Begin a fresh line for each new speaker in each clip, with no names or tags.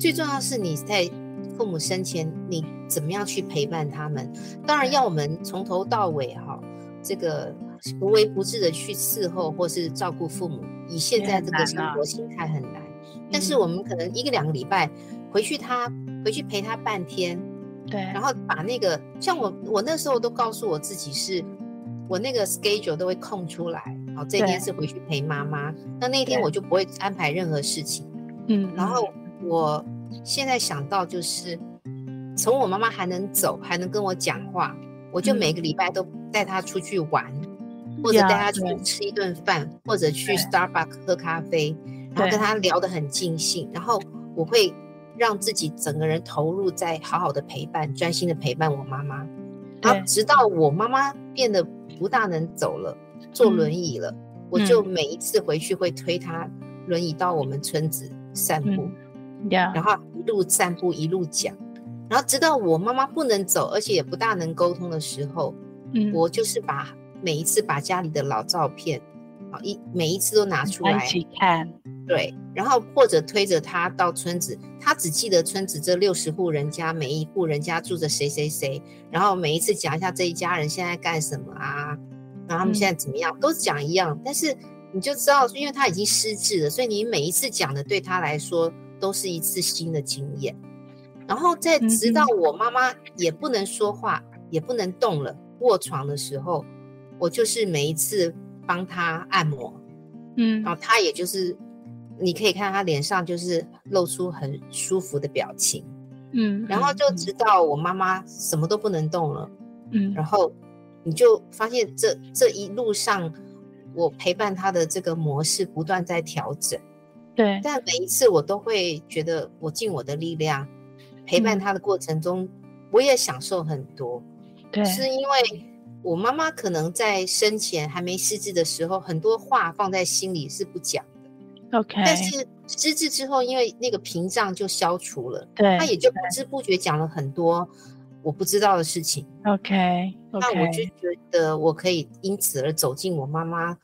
最重要是你在父母生前，你怎么样去陪伴他们？当然，要我们从头到尾哈、这个无微不至的去伺候或是照顾父母，以现
也
在
很
这个
难
生
啊嗯
活心态很难。但是我们可能一个两个礼拜回去他，回去陪他半天，
对，
然后把那个像我我那时候都告诉我自己是，我那个 schedule 都会空出来，哦，这一天
对
是回去陪妈妈，那那一天
对
我就不会安排任何事情。
嗯，
然后我现在想到就是，从我妈妈还能走，还能跟我讲话，我就
嗯
每个礼拜都带她出去玩，或者
呀
带她去
对
吃一顿饭，或者去
对
Starbucks 喝咖啡，然后
对
跟她聊得很尽兴，然后我会让自己整个人投入在好好的陪伴，专心的陪伴我妈妈，然后
对
直到我妈妈变得不大能走了，坐轮
嗯
椅了。我就
嗯
每一次回去会推她轮椅到我们村子散步，
嗯呀，
然后一路散步一路讲，然后直到我妈妈不能走，而且也不大能沟通的时候，
嗯
我就是把每一次把家里的老照片，啊一每一次都拿出
一
来，
起看，
对，然后或者推着她到村子，她只记得村子这六十户人家，每一户人家住着谁谁谁，然后每一次讲一下这一家人现在干什么啊，然后他们
嗯
现在怎么样，都讲一样，但是你就知道，因为他已经失智了，所以你每一次讲的对他来说都是一次新的经验。然后在直到我妈妈也不能说话，也不能动了，卧床的时候，我就是每一次帮她按摩，
嗯
然后她也就是，你可以看她脸上就是露出很舒服的表情，
嗯，
然后
嗯
就直到我妈妈什么都不能动了。
嗯
然后你就发现这这一路上，我陪伴他的这个模式不断在调整，
对
但每一次我都会觉得我尽我的力量，陪伴
嗯
他的过程中，我也享受很多，
对
是因为我妈妈可能在生前还没失智的时候，很多话放在心里是不讲的，
，OK，
但是失智之后，因为那个屏障就消除了，
对
她也就不知不觉讲了很多我不知道的事情。
，OK
那
OK，
我就觉得我可以因此而走进我妈妈。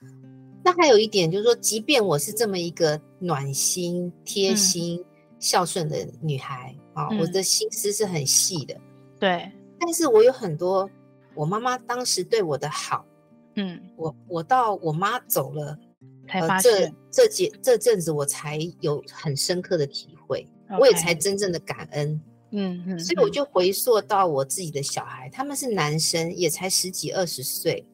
那还有一点就是说，即便我是这么一个暖心、贴
嗯
心、孝顺的女孩啊，我
嗯
的心思是很细的，
对，
但是我有很多我妈妈当时对我的好，
嗯，
我我到我妈走了，
才
呃
发
这
现，
这几这阵子我才有很深刻的体会，我也
OK，
才真正的感恩。
嗯嗯，
所以我
嗯
就回溯到我自己的小孩，他们是男生，也才十几二十岁，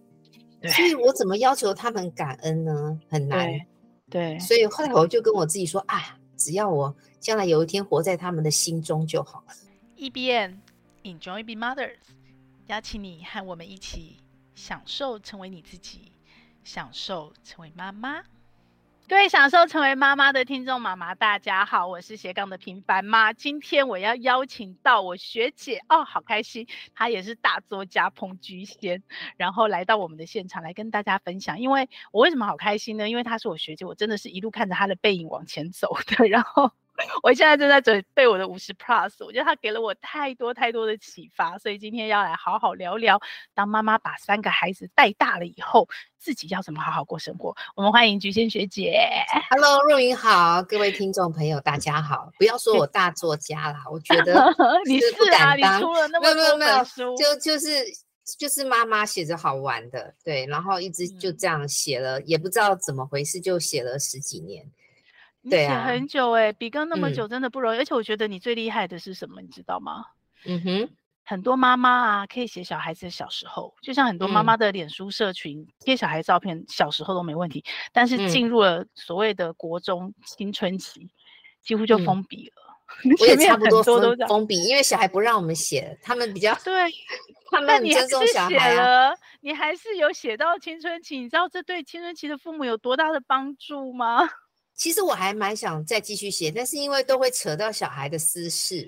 对
所以我怎么要求他们感恩呢？很难。
对对
所以后来我就跟我自己说啊，只要我将来有一天活在他们的心中就好了。
EBN Enjoy Be Mothers，邀请你和我们一起享受成为你自己，享受成为妈妈。各位享受成为妈妈的听众妈妈，大家好，我是斜杠的平凡妈。今天我要邀请到我学姐哦，好开心，她也是大作家彭菊仙，然后来到我们的现场来跟大家分享。因为我为什么好开心呢？因为她是我学姐，我真的是一路看着她的背影往前走的，然后我现在正在准备我的五十 plus，我觉得他给了我太多太多的启发，所以今天要来好好聊聊，当妈妈把三个孩子带大了以后，自己要怎么好好过生活。我们欢迎菊仙学姐。
Hello，若云好，各位听众朋友大家好，不要说我大作家啦，我觉得
你
是不
是啊，
敢
你
当
出了那
没有
么
没有
多
没有
本书，
就就是就是妈妈写着好玩的，对，然后一直就
嗯
这样写了，也不知道怎么回事就写了十几年。
你
对
写
啊
很久哎、比跟那么
嗯
久真的不容易。而且我觉得你最厉害的是什么，你知道吗？
嗯哼，
很多妈妈啊，可以写小孩子的小时候，就像很多妈
嗯
妈的脸书社群贴小孩照片，小时候都没问题。但
嗯
是进入了所谓的国中青春期，几乎就
嗯
封笔了。
我也
前面
差不
很
多
多都
封
这样。
封闭，因为小孩不让我们写，他们比 较
对，
他们
但
很
你还
尊
是
重小
写
孩啊。
了，你还是有写到青春期，你知道这对青春期的父母有多大的帮助吗？
其实我还蛮想再继续写，但是因为都会扯到小孩的私事，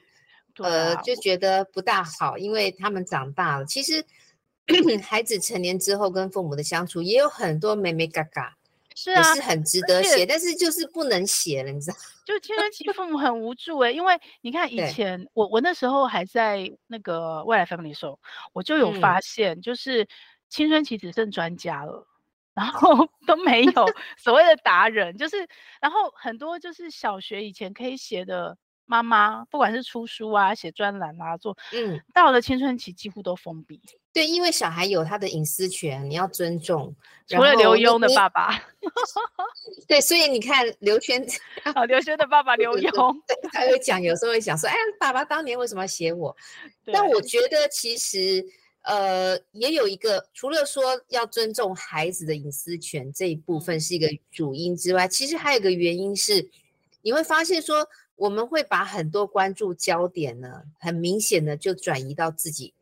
对
呃，
啊
就觉得不大好，因为他们长大了。其实
嗯
孩子成年之后跟父母的相处也有很多美美嘎嘎，
是
也
啊，
是很值得
且
写，但是就是不能写了，你知道吗？
就青春期父母很无助哎、因为你看以
对
前我我那时候还在那个未来 family 的时候，我就有
嗯
发现，就是青春期只剩专家了。然后 都没 有所谓的达人，就是然后很多就是小学以前可以写的妈妈，不管是出书啊、写专栏啊，做
嗯，
到了青春期几乎都封闭，
对，因为小孩有他的隐私权，你要尊重。
除了刘墉的爸
爸，
爸，
对，所以你看刘轩
啊，刘轩的爸爸刘墉。
他会讲，有时候会讲说，哎，爸爸当年为什么要写我？但
对
我觉得其实呃，也有一个除了说要尊重孩子的隐私权这一部
嗯
分是一个主因之外，其实还有一个原因是，你会发现说我们会把很多关注焦点呢，很明显的就转移到自己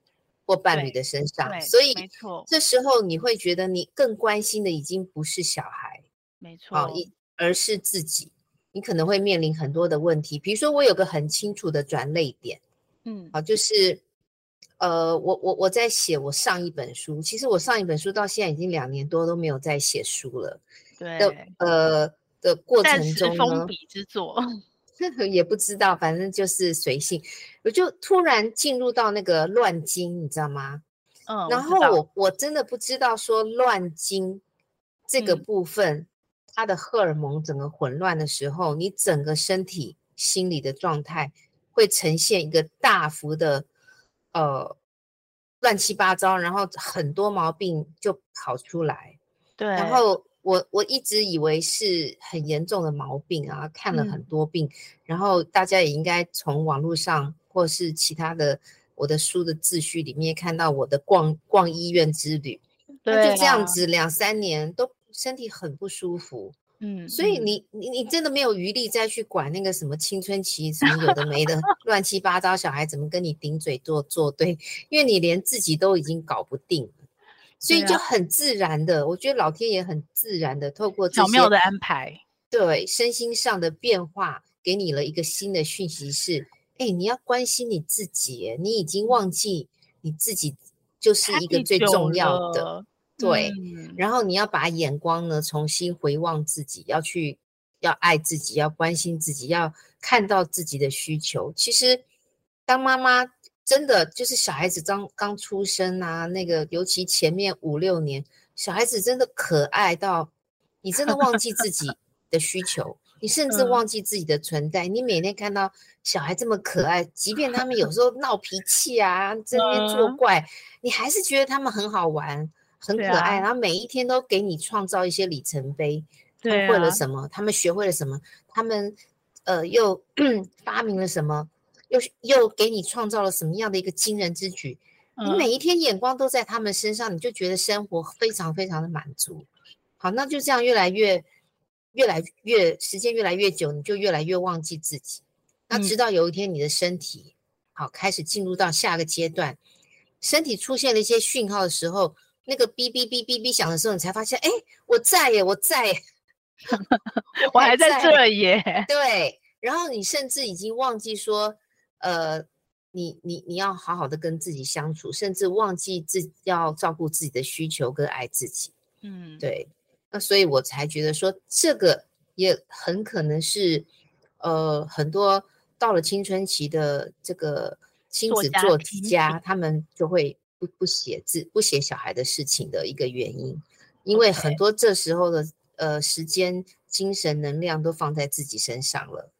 或伴侣
对
的身上，
对
所以
没错，
这时候你会觉得你更关心的已经不是小孩
没错，
啊，一而是自己。你可能会面临很多的问题，比如说我有个很清楚的转类点。
嗯，
好，就是呃，我我我在写我上一本书，其实我上一本书到现在已经两年多都没有在写书了的
对，
呃的过
暂
程
时
中
封
呢，
笔之作，
也不知道，反正就是随性，我就突然进入到那个乱经，你知道吗？
嗯，
然
知
后
道
我我真的不知道说乱经这个
嗯
部分，它的荷尔蒙整个混乱的时候，你整个身体心理的状态会呈现一个大幅的呃乱七八糟，然后很多毛病就跑出来。
对，
然后我我一直以为是很严重的毛病啊，看了很
嗯
多病，然后大家也应该从网络上或是其他的我的书的自序里面看到我的逛逛医院之旅，那
对
就这样
啊，
子两三年都身体很不舒服，
嗯，
所以
嗯
你你你真的没有余力再去管那个什么青春期什么有的没的乱七八糟小孩怎么跟你顶嘴做作对，因为你连自己都已经搞不定了，所以
对
就
啊
很自然的，我觉得老天爷很自然的透过这
巧
些
妙的安排，
对身心上的变化，给你了一个新的讯息是，哎，你要关心你自己耶，你已经忘记你自己就是一个
太
最
久
重要的。
了，
对
嗯
然后你要把眼光呢重新回望自己，要去要爱自己，要关心自己，要看到自己的需求。其实当妈妈真的就是小孩子刚刚出生啊，那个尤其前面五六年，小孩子真的可爱到你真的忘记自己的需求。你甚至
嗯
忘记自己的存在。你每天看到小孩这么可爱，即便他们有时候闹脾气啊，在那边作
嗯
怪，你还是觉得他们很好玩。很可
对
爱，
啊
然后每一天都给你创造一些里程碑。他
对
们会
啊
了什么？他们学会了什么？他们呃又 发明了什么？又又给你创造了什么样的一个惊人之举？你
嗯
每一天眼光都在他们身上，你就觉得生活非常非常的满足。好，那就这样越来越越来越时间越来越久，你就越来越忘记自己。那
嗯
直到有一天，你的身体好开始进入到下个阶段，身体出现了一些讯号的时候，那个哔哔哔哔哔响的时候，你才发现，哎，我在耶，我在耶，
我还在
耶
这 耶，
对，然后你甚至已经忘记说，呃，你你你要好好的跟自己相处，甚至忘记自要照顾自己的需求跟爱自己。
嗯，
对，那所以我才觉得说，这个也很可能是，呃，很多到了青春期的这个亲
作
子
家
作
提
家，他们就会不不写字、不写小孩的事情的一个原因，
哦
因为很多这时候的呃时间、精神、能量都放在自己身上了。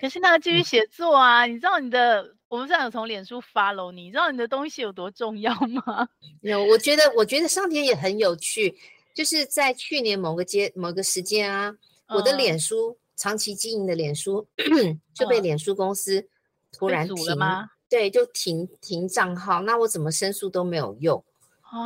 可是那要继续
嗯
写作啊，你知道你的，我们上有从脸书 follow 你，你知道你的东西有多重要吗？
有，我觉得，我觉得上天也很有趣，就是在去年某个阶某个时间啊，我的
嗯
脸书长期经营的脸 书就被
嗯
脸书公司突
被
然
阻了
停
吗，
对，就停停账号，那我怎么申诉都没有用，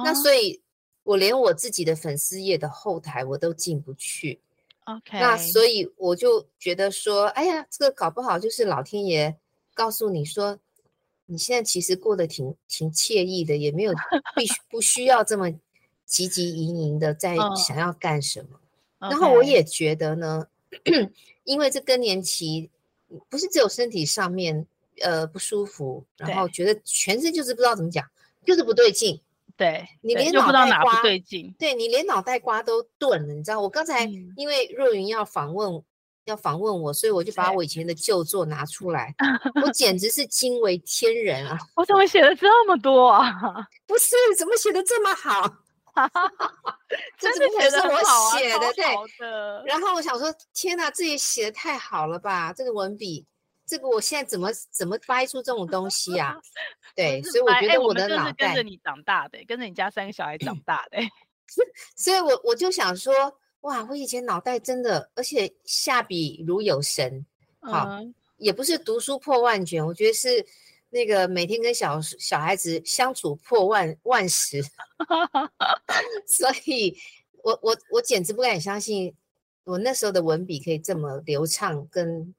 那
哦
所以我连我自己的粉丝页的后台我都进不去，
OK，
那所以我就觉得说，哎呀，这个搞不好就是老天爷告诉你说，你现在其实过得挺挺惬意的，也没 有必须不需要这么汲汲营营的在
嗯
想要干什么。然后我
OK，
也觉得呢， 因为这更年期嗯不是只有身体上面呃不舒服，然后觉得全身就是不知道怎么讲，就是不对劲，
对，
你
对
连
又不
脑
知道
袋
哪
瓜
不对劲，
对你连脑袋瓜都钝了，你知道？我刚才
嗯
因为若云要访问要访问我，所以我就把
对
我以前的旧作拿出 来，我简直是惊为天人啊！
我怎么写了这么多啊？
不是，怎么写的这么好？ 这
真
怎么可能是
的写的很
我
好啊，
写
超
的对
好的，
然后我想说，天哪，这也写的太好了吧！这个文笔这个我现在怎么怎么掰出这种东西呀、啊？对，
不是
所以我
白
觉
哎
得
我
的
们就
脑
是跟
袋
着，你长大的、跟着你家三个小孩长大 的、
所以我我就想说，哇，我以前脑袋真的，而且下笔如有神，好
嗯，
也不是读书破万卷，我觉得是那个每天跟小小孩子相处破万万时， 所以我我我简直不敢相信，我那时候的文笔可以这么流畅跟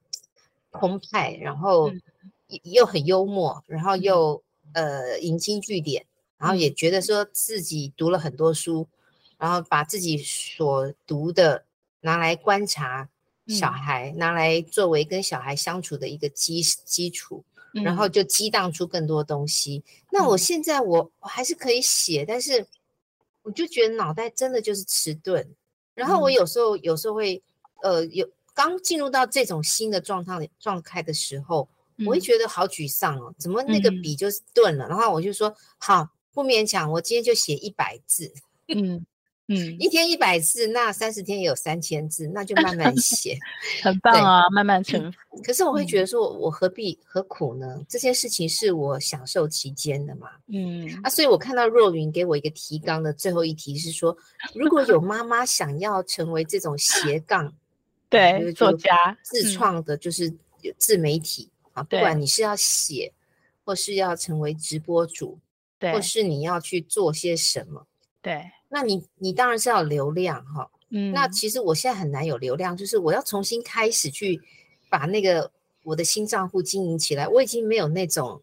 澎湃，然后
嗯
又又很幽默，然后
嗯
又呃引经据典，然后也觉得说自己读了很多书，然后把自己所读的拿来观察小
嗯
孩，拿来作为跟小孩相处的一个基基础，然后
嗯
就激荡出更多东西。那我
嗯
现在我我还是可以写，但是我就觉得脑袋真的就是迟钝。然后我
嗯
有时候有时候会，呃，有刚进入到这种新的状态状态的时候，我会
嗯
觉得好沮丧哦，怎么那个
嗯
笔就是钝了？然后我就说好，不勉强，我今天就写一百字，
嗯嗯，
一天一百字，那三十天也有三千字，那就慢 慢写。
很棒啊，
嗯
慢慢成佛。
可是我会觉
嗯
得说，我何必何苦呢？这件事情是我享受其间的嘛。
嗯
啊，所以我看到若云给我一个提纲的最后一题是说，如果有妈妈想要成为这种斜杠就
对，
是
作
就
家
自
嗯
创的，就是有自媒体啊，不
对
管你是要写，或是要成为直播主，
对
或是你要去做些什么，
对，
那你你当然是要有流量哈、
嗯，
那其实我现在很难有流量，就是我要重新开始去把那个我的新账户经营起来，我已经没有那种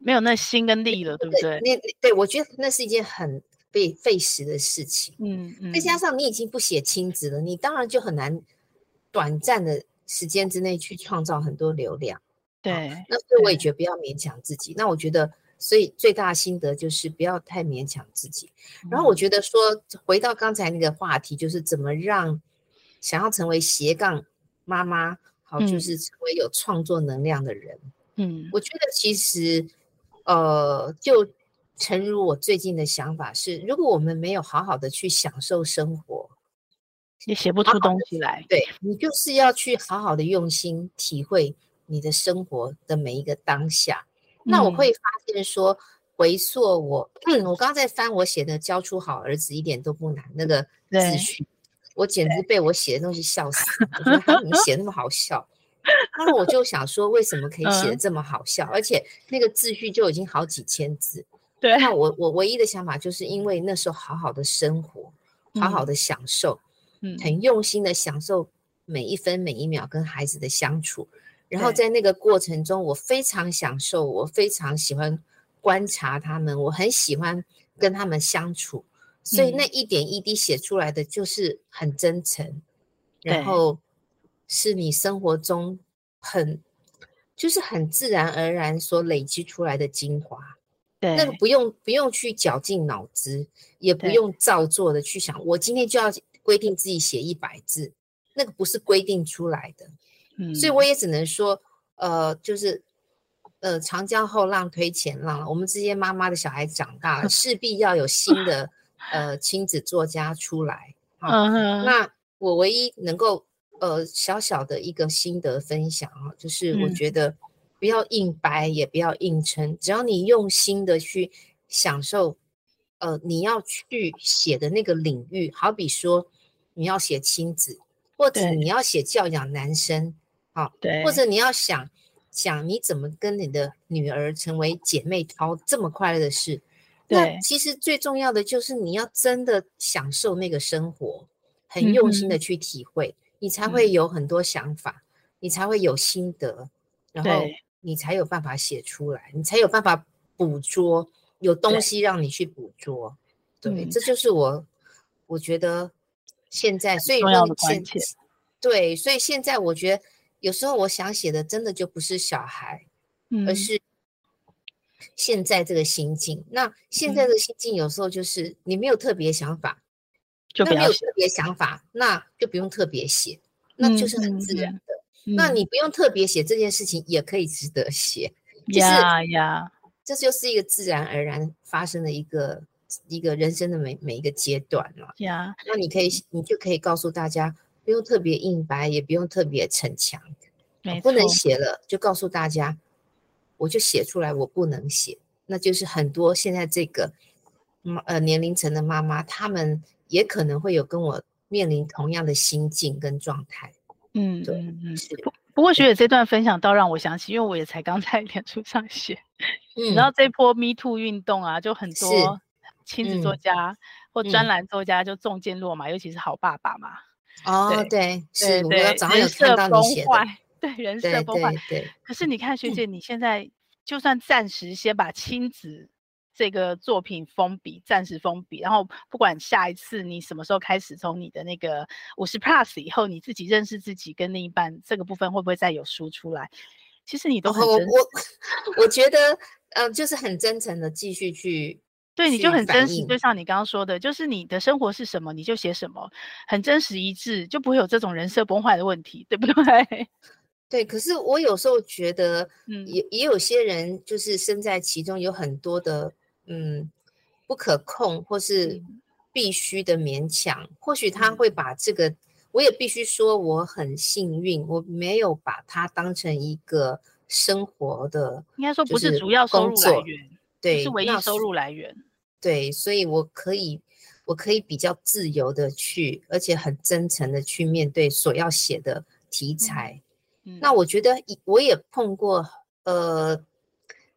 没有那心跟力了，对不对？
那对我觉得那是一件很费费时的事情。
嗯嗯，
再加上你已经不写亲子了，你当然就很难短暂的时间之内去创造很多流量。
对
那所以我也
对
觉得不要勉强自己。那我觉得，所以最大的心得就是不要太勉强自己。然后我
嗯
觉得说，回到刚才那个话题，就是怎么让想要成为斜杠妈妈，好，就
嗯
是成为有创作能量的人。
嗯
我觉得其实，呃，就诚如我最近的想法是，如果我们没有好好的去享受生活，
也写不
好
出
好
东西来。
对你就是要去好好的用心体会你的生活的每一个当下。那我
嗯
会发现说，回溯我，嗯我刚刚在翻我写的《教出好儿子》，一点都不难那个
对
字序，我简直被我写的东西笑死了。我觉得他怎么写得那么好笑？那我就想说，为什么可以写的
嗯
这么好笑？而且那个字序就已经好几千字。
对，
那我我唯一的想法，就是因为那时候好好的生活，好好
嗯
的享受，
嗯
很用心的享受每一分每一秒跟孩子的相处，然后
对
在那个过程中，我非常享受，我非常喜欢观察他们，我很喜欢跟他们相处，所以
嗯
那一点一滴写出来的就是很真诚，
对
然后是你生活中很就是很自然而然所累积出来的精华。
对，
那个不用不用去绞尽脑汁，也不
对
用照做的去想，我今天就要规定自己写一百字，那个不是规定出来的，所以我
嗯
也只能说，呃，就是，呃，长江后浪推前浪了，我们这些妈妈的小孩长大 了，势必要有新的呃亲子作家出来。啊
嗯哼
那我唯一能够呃小小的一个心得分享啊，就是我
嗯
觉得不要硬掰，也不要硬撑，只要你用心的去享受，呃，你要去写的那个领域，好比说你要写亲子，或者
对
你要写教养男生，好、
对，
或者你要想想你怎么跟你的女儿成为姐妹淘这么快乐的事。
对
那其实最重要的就是你要真的享受那个生活，很用心
嗯
的去体会，你才会
嗯
有很多想法，你才会有心得，然后
对
你才有办法写出来，你才有办法捕捉，有
对
东西让你去捕捉。对，
嗯
这就是我我觉得现在，所以
重要
说
的关
现
切
对，所以现在我觉得有时候我想写的真的就不是小孩，而
嗯
是现在这个心境。那现在
嗯
的心境有时候就是你没有特别想法，
就
那
不
没
要
有
写，
特别想法，那就不用特别写，那就
嗯
是很自然
嗯
的。那
嗯
你不用特别写这件事情，也可以值得写，就是
呀呀，
这就是一个自然而然发生的一个一个人生的每每一个阶段了、
呀，
那
嗯
你可以，你就可以告诉大家，不用特别硬白，也不用特别逞强，
没
不能
错
写了，就告诉大家，我就写出来，我不能写。那就是很多现在这个妈呃年龄层的妈妈，她们也可能会有跟我面临同样的心境跟状态。
嗯
对
嗯嗯。
是，
不过学姐这段分享倒让我想起，因为我也才刚在 脸书上写，
嗯
你知道这波 Me Too 运动啊，就很
是
多亲子作
嗯
家或
嗯
专栏作家就中箭落马，尤其是好爸爸嘛，
哦，
对
对，
对
是我
对，
早上
人
有看
设
到
崩
你写的，
坏， 对人设
对
崩坏
对。对，
可是你看
嗯
学姐，你现在就算暂时先把亲子这个作品封笔，暂时封笔，然后不管下一次你什么时候开始，从你的那个五十 plus 以后，你自己认识自己跟另一半这个部分会不会再有书出来？其实你都
然
很
哦后我
真实，
我我觉得呃，就是很真诚的继续去
对，你就
去
很
反
真实，就
映
像你刚刚说的，就是你的生活是什么，你就写什么，很真实一致，就不会有这种人设崩坏的问题，对不对？
对，可是我有时候觉得
嗯，
也也有些人就是身在其中，有很多的嗯不可控或是
嗯
必须的勉强。或许他
嗯
会把这个，我也必须说我很幸运，我没有把它当成一个生活的，
应该说
就
不是
是
主要收
工
入来
作
源，不
对，
是唯
那
一收入来源。
对，所以我可以，我可以比较自由的去，而且很真诚的去面对所要写的题材。
嗯
那我觉得也我也碰过，呃，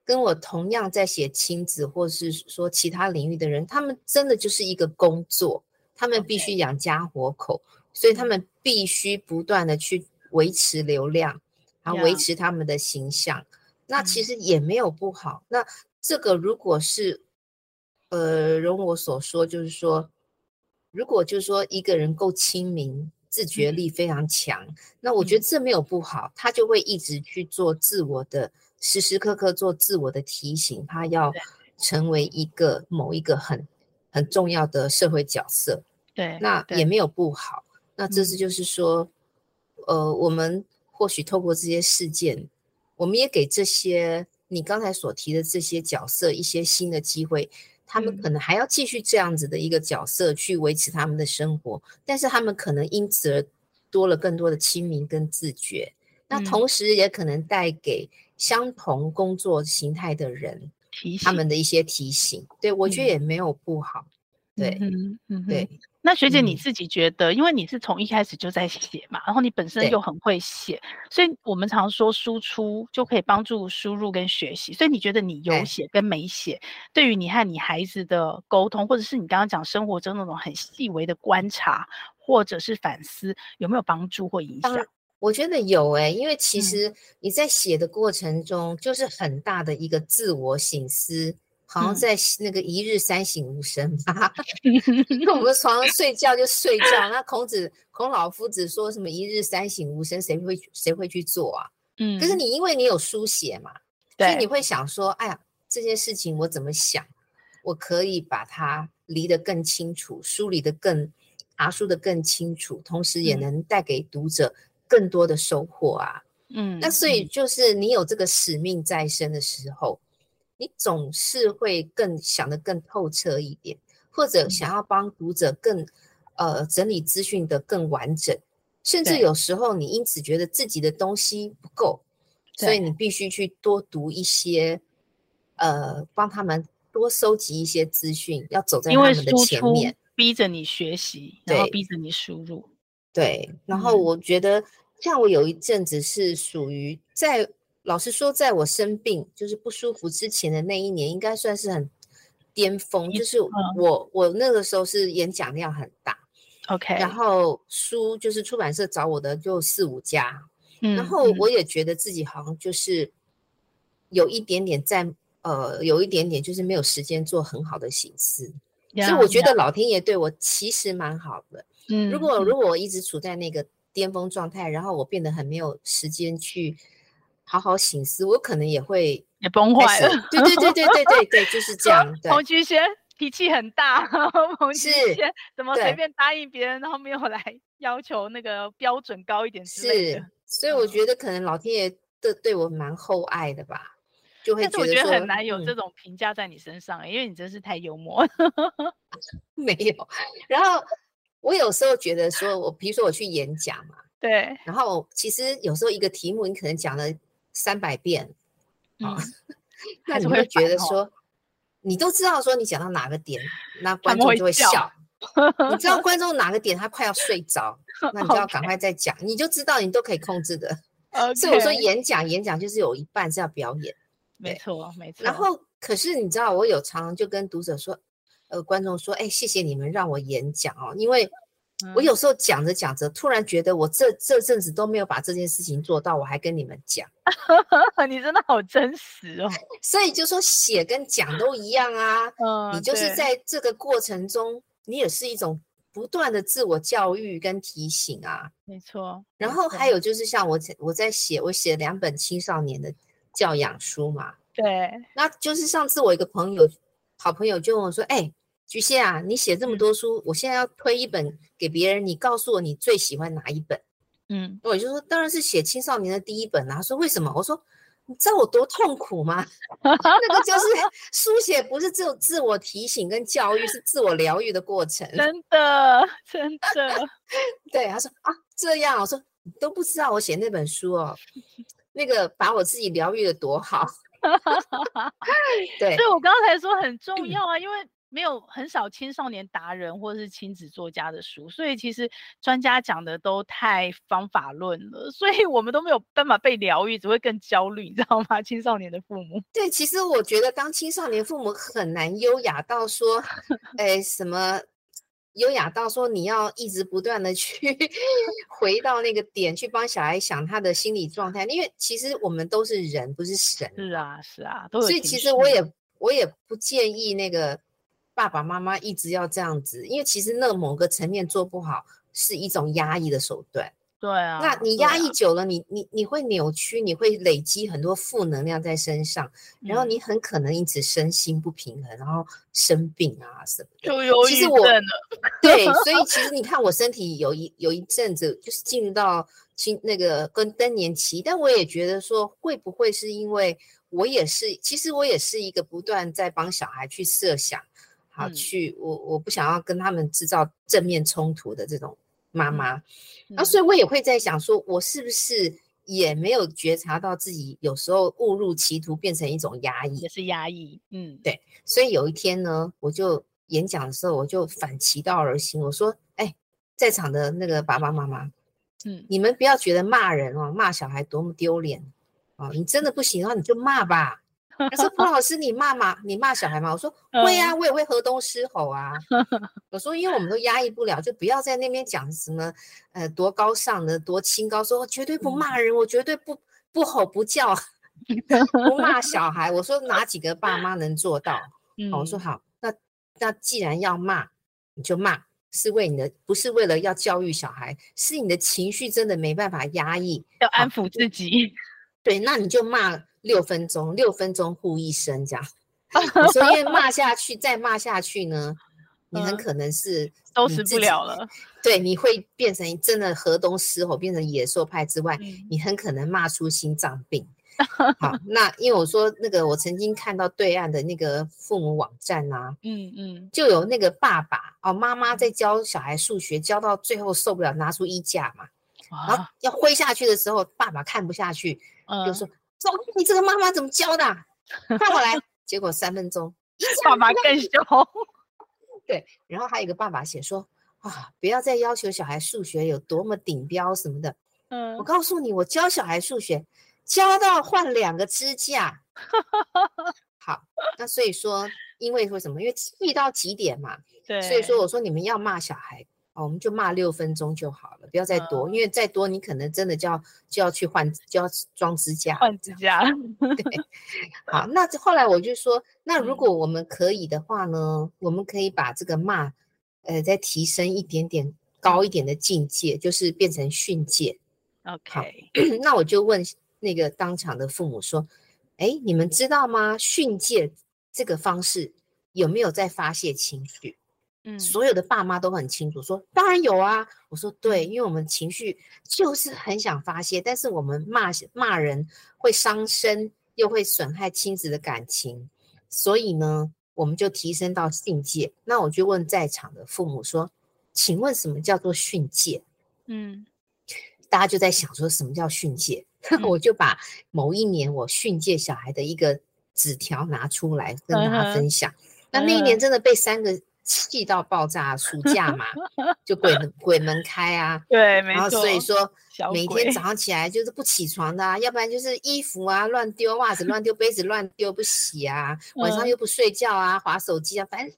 跟我同样在写亲子或是说其他领域的人，他们真的就是一个工作，他们必须养家活口，所以他
嗯
们必须不断的去维持流量，啊，维
Yeah
持他们的形象。那其
嗯
实也没有不好。那这个如果是，呃，如我所说，就是说，如果就是说一个人够亲民，自觉
嗯
力非常强，那我觉得这没有不好，他就会一直去做自我的，时时刻刻做自我的提醒，他要
对
成为一个某一个很很重要的社会角色。
对，
那
对
也没有不好。那这是
嗯
就是说，呃，我们或许透过这些事件，我们也给这些你刚才所提的这些角色一些新的机会。他们
嗯
可能还要继续这样子的一个角色去维持他们的生活，但是他们可能因此而多了更多的亲民跟自觉。那
嗯
同时也可能带给相同工作形态的人
提
他
醒
们的一些提醒。对我觉得
嗯
也没有不好。对、
嗯哼嗯
对
哼。，那学姐你
嗯
自己觉得，因为你是从一开始就在写嘛，然后你本身
对
又很会写，所以我们常说输出就可以帮助输入跟学习。所以你觉得你有
对
写跟没写，对于你和你孩子的沟通，或者是你刚刚讲生活中那种很细微的观察，或者是反思，有没有帮助或影响？
我觉得有诶、因为其
嗯
实你在写的过程中，就是很大的一个自我省思，好像
嗯
在那个一日三省吾身吧。 那我们床上 睡觉就睡觉，那孔子、孔老夫子说什么一日三省吾身，谁会谁会去做啊？
嗯，
可是你因为你有书写嘛，所以
对
你会想说，哎呀，这件事情我怎么想，我可以把它理得更清楚，梳理得更爬梳得更清楚，同时也
嗯
能带给读者更多的收获啊。
嗯，
那所以
嗯
就是你有这个使命在身的时候，你总是会更想得更透彻一点，或者
嗯
想要帮读者更呃整理资讯的更完整，甚至
对
有时候你因此觉得自己的东西不够，所以你必须去多读一些，呃，帮他们多收集一些资讯，要走在
因
他
为
们的
输
前
出
面。
逼着你学习，然后
对
逼着你输入。
对，然后
嗯
我觉得，像我有一阵子是属于在，老实说，在我生病就是不舒服之前的那一年，应该算是很巅峰，
一嗯
就是我我那个时候是演讲量很大，
OK，
然后书就是出版社找我的就四五家，
嗯，
然后
嗯
我也觉得自己好像就是有一点点在呃，有一点点就是没有时间做很好的醒思，所以
呀
我觉
呀
得老天爷对我其实蛮好的。
嗯，
如果
嗯
如果我一直处在那个巅峰状态，然后我变得很没有时间去好好醒思，我可能也 会
也崩
开
坏
始
了，
对对对对对对对，就是这 样。对
彭菊轩脾气很大，彭菊
是
轩怎么随
对
便答应别人，然后没有来要求那个标准高一点之类
是
的。，
所以我
嗯
觉得可能老天爷对对我蛮厚爱的吧，就会
但是我
觉
觉
得
得
说
很难有
嗯
这种评价在你身上、欸因为你真是太幽默了。
没有。然后我有时候觉得说，我比如说我去演讲嘛，
对，
然后其实有时候一个题目你可能讲了三百遍，啊，那
还是
你
会
会觉
烦
得
哦
说，你都知道说你讲到哪个点，那
他
观
们
众
会
就会
笑
笑。你知道 观众哪个点他快要睡着，那你就要赶快再讲，你就知道你都可以控制的。
o
所以我说演讲，演讲就是有一半是要表演。
没
对
错没错。
然后，可是你知道，我有常常就跟读者说，呃，观众说，哎，谢谢你们让我演讲哦，因为我
嗯
有时候讲着讲着，突然觉得我这这阵子都没有把这件事情做到，我还跟你们讲，
嗯 你真的好真实哦，
所以就说写跟讲都一样啊，
嗯，
你就是
对
在这个过程中，你也是一种不断的自我教育跟提醒啊。
没错。
然
没
后
错
还有就是像我在我在写，我写两本青少年的教养书嘛，
对，
那就是上次我一个朋友，好朋友就问我说：“哎、菊蟹啊，你写这么
嗯
多书，我现在要推一本给别人，你告诉我你最喜欢哪一本
嗯？”，
我就说：“当然是写青少年的第一本啊。”他说：“为什么？”我说：“你知道我多痛苦吗？ 那个就是 书写，不是只有自我提醒跟教育，是自我疗愈的过程。”
真的真的，
对，他说啊，这样啊，我说你都不知道我写那本书哦，那个把我自己疗愈的多好。 对
所以我刚才说很重要啊，因为没有很少青少年达人或是亲子作家的书，所以其实专家讲的都太方法论了，所以我们都没有办法被疗愈，只会更焦虑，你知道吗？青少年的父母，
对，其实我觉得当青少年父母很难优雅到说，哎，什么优雅到说你要一直不断的去 回到那个点去帮小孩想他的心理状态，因为其实我们都是人，不是神。
是啊是啊，都有
所以
情
其实我
绪
也我也不建议那个爸爸妈妈一直要这样子，因为其实那某个层面做不好是一种压抑的手段。
对啊，
那你
对
压
啊
抑，久了，你你你会扭曲，你会累积很多负能量在身上，然后
嗯
你很可能因此身心不平衡，然后生病啊什么的。
就忧
其
郁
实
症啊
我
了，
对，所以其实你看，我身体有一有一阵子就是进入到青那个跟更年期，但我也觉得说，会不会是因为我也是，其实我也是一个不断在帮小孩去设想，好、
嗯
去我我不想要跟他们制造正面冲突的这种妈
嗯
妈，
嗯
啊那所以我也会在想说，我是不是也没有觉察到自己有时候误入歧途，变成一种压抑
也。是压抑，嗯，
对所以有一天呢，我就演讲的时候，我就反其道而行，我说：“哎，在场的那个爸爸妈妈，
嗯，
你们不要觉得骂人哦，骂小孩多么丢脸哦，你真的不行的话，你就骂吧。”他说：“蒲老师，你骂吗？你骂小孩吗？”我说：“会啊，我也会河东狮吼啊。”我说：“因为我们都压抑不了，就不要在那边讲什么呃多高尚的、多清高，说我绝对不
嗯
骂人，我绝对不不吼不叫，啊 不骂小孩。”我说：“哪几个爸妈能做到？”
嗯，
好，我说好，那那既然要骂，你就骂，是为你的，不是为了要教育小孩，是你的情绪真的没办法压抑。
要安抚自己，
对，那你就骂六分钟，六分钟护一生 这样。我说，因为骂下去，再骂下去呢，你很
嗯
可能是
收
你
拾
自
不
己
了了，
对，你会变成真的河东狮吼，变成野兽派之外，
嗯
你很可能骂出心脏 病。好，那因为我说那个，我曾经看到对岸的那个父母网站啊，
嗯嗯，
就有那个爸爸哦，妈妈在教小孩数学，教到最后受不了，拿出衣架嘛，然后
哇，
要挥下去的时候，爸爸看不下去，就
啊嗯，
说：“走，你这个妈妈怎么教的啊？放 过来。”结果三分钟，
爸爸更凶，
然后还有一个爸爸写说：“啊，不要再要求小孩数学有多么顶标什么的。
嗯
我，告诉你，我教小孩数学，教到换两个支 架。好，那所以说，因为为什么？因为气到极点嘛，
对，
所以说，我说你们要骂小孩哦，我们就骂六分钟就好了，不要再多，
嗯
因为再多你可能真的就要就要去换就要装支架。
换指甲，
好，那这后来我就说，那如
嗯
果我们可以的话呢，我们可以把这个骂，呃，再提升一点点高一
嗯
点的境界，就是变成训诫。
OK，
那我就问那个当场的父母说，哎，你们知道吗？训诫这个方式有没有在发泄情绪？
嗯，
所有的爸妈都很清楚，说当然有啊。我说对，因为我们情绪就是很想发泄，但是我们骂骂人会伤身，又会损害亲子的感情，所以呢，我们就提升到训诫。那我就问在场的父母说，请问什么叫做训诫？
嗯，
大家就在想说什么叫训诫，我就把某一年我训诫小孩的一个纸条拿出来跟大
嗯
家分享。那那一年真的被三个气到爆炸，暑假 嘛就鬼门鬼门开啊，
对，没
然后
错。
所以说
小
每
鬼
天 早上起来就是不起床的啊，要不然就是衣服啊乱丢，袜子乱丢，杯子乱丢不洗啊，晚上
嗯
又不睡觉啊，划手机啊，反正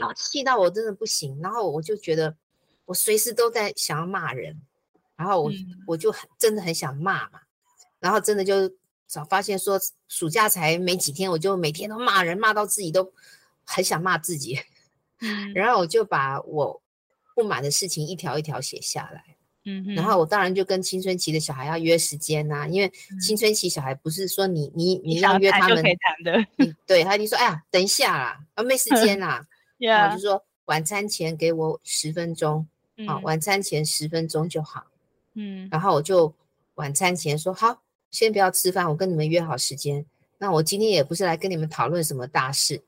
好气到我真的不行。然后我就觉得我随时都在想要骂人，然后我、
嗯
我就很真的很想骂嘛，然后真的就早发现说暑假才没几天，我就每天都骂人，骂到自己都很想骂自己。
嗯
然后我就把我不满的事情一条一条写下来。
嗯哼，
然后我当然就跟青春期的小孩要约时间呐、因为青春期小孩不是说你你你
嗯想
要
要
约
谈
他
就
们
可，以谈 的
你对他一定说哎呀等一下啦，啊没时 间啦，然后
，Yeah，
我就说晚餐前给我十分钟啊，
嗯
晚餐前十分钟就好。
嗯
然后我就晚餐前说好，先不要吃饭，我跟你们约好时间。那我今天也不是来跟你们讨论什么大事，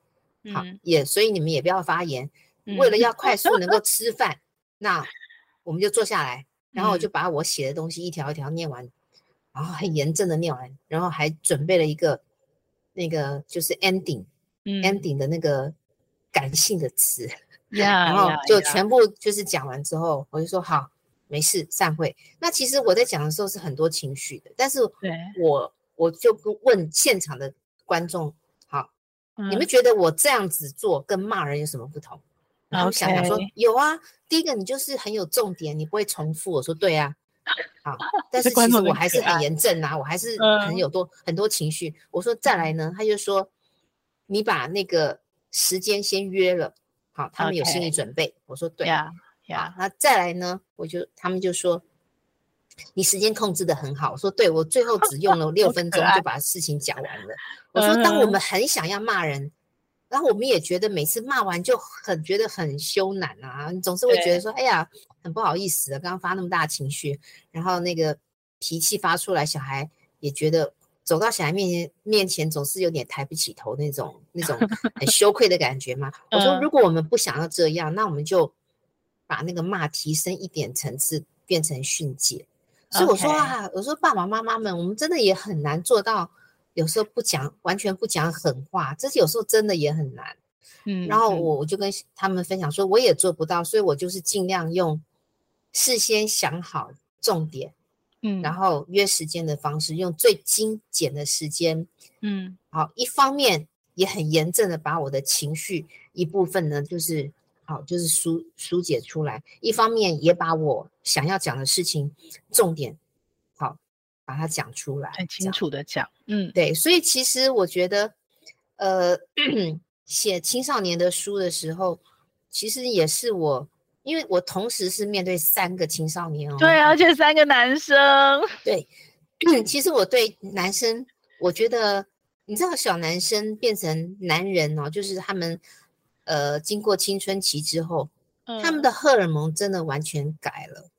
好
嗯，
也所以你们也不要发言。为了
嗯
要快速能够吃饭，那我们就坐下来，然后我
嗯
就把我写的东西一条一条念完，然后很严正的念完，然后还准备了一个那个就是 ending、
嗯哎
ending 的那个感性的词，
，Yeah，
然后
yeah，
就
yeah
全部就是讲完之后，我就说好，没事，散会。那其实我在讲的时候是很多情绪的，但是
对，
我我就跟问现场的观众，好，
嗯
你们觉得我这样子做跟骂人有什么不同？然后想想说
OK
有啊，第一个你就是很有重点，你不会重复。我说对啊，好， 但
这
是
观
其实
众
我
很
还
可
是很
爱
严正啊，我还是很
嗯
有多、很多情绪。我说再来呢，他就说你把那个时间先约了，好，他们有心理
OK
准备。我说对，
，Yeah
啊
Yeah，，
那再来呢，我就他们就说你时间控制的很好。我说对，我最后只用了六
好
分
可
钟
爱
就把事情讲完了。我说当我
嗯
们很想要骂人，然后我们也觉得每次骂完就很觉得很羞赧啊，你总是会觉
对
得说哎呀很不好意思啊，刚刚发那么大情绪，然后那个脾气发出来，小孩也觉得。走到小孩面前，面前总是有点抬不起头那种那种很羞愧的感觉 嘛。我说，
嗯
如果我们不想要这样，那我们就把那个骂提升一点层次，变成训诫。所以我说
OK
啊，我说爸爸妈妈们，我们真的也很难做到，有时候不讲，完全不讲狠话，这有时候真的也很难。
嗯，
然后
嗯
我我就跟他们分享说，我也做不到，所以我就是尽量用事先想好重点，
嗯，
然
后
后约时间的方式，用最精简的时间
嗯
好，一方面也很严正的把我的情绪一部分呢，就是好，就是疏疏解出来；一方面也把我想要讲的事情重点好把它讲出来，
很
这
清
样
楚的讲，嗯
对，所以其实我觉得，呃， 写青少年的书的时候，其实也是我，因为我同时是面对三个青少年哦，
对，而啊且三个男生，
对，
嗯
其实我对男生，我觉得你知道，小男生变成男人哦，就是他们呃经过青春期之后，他们
嗯
的荷尔蒙真的完全改了，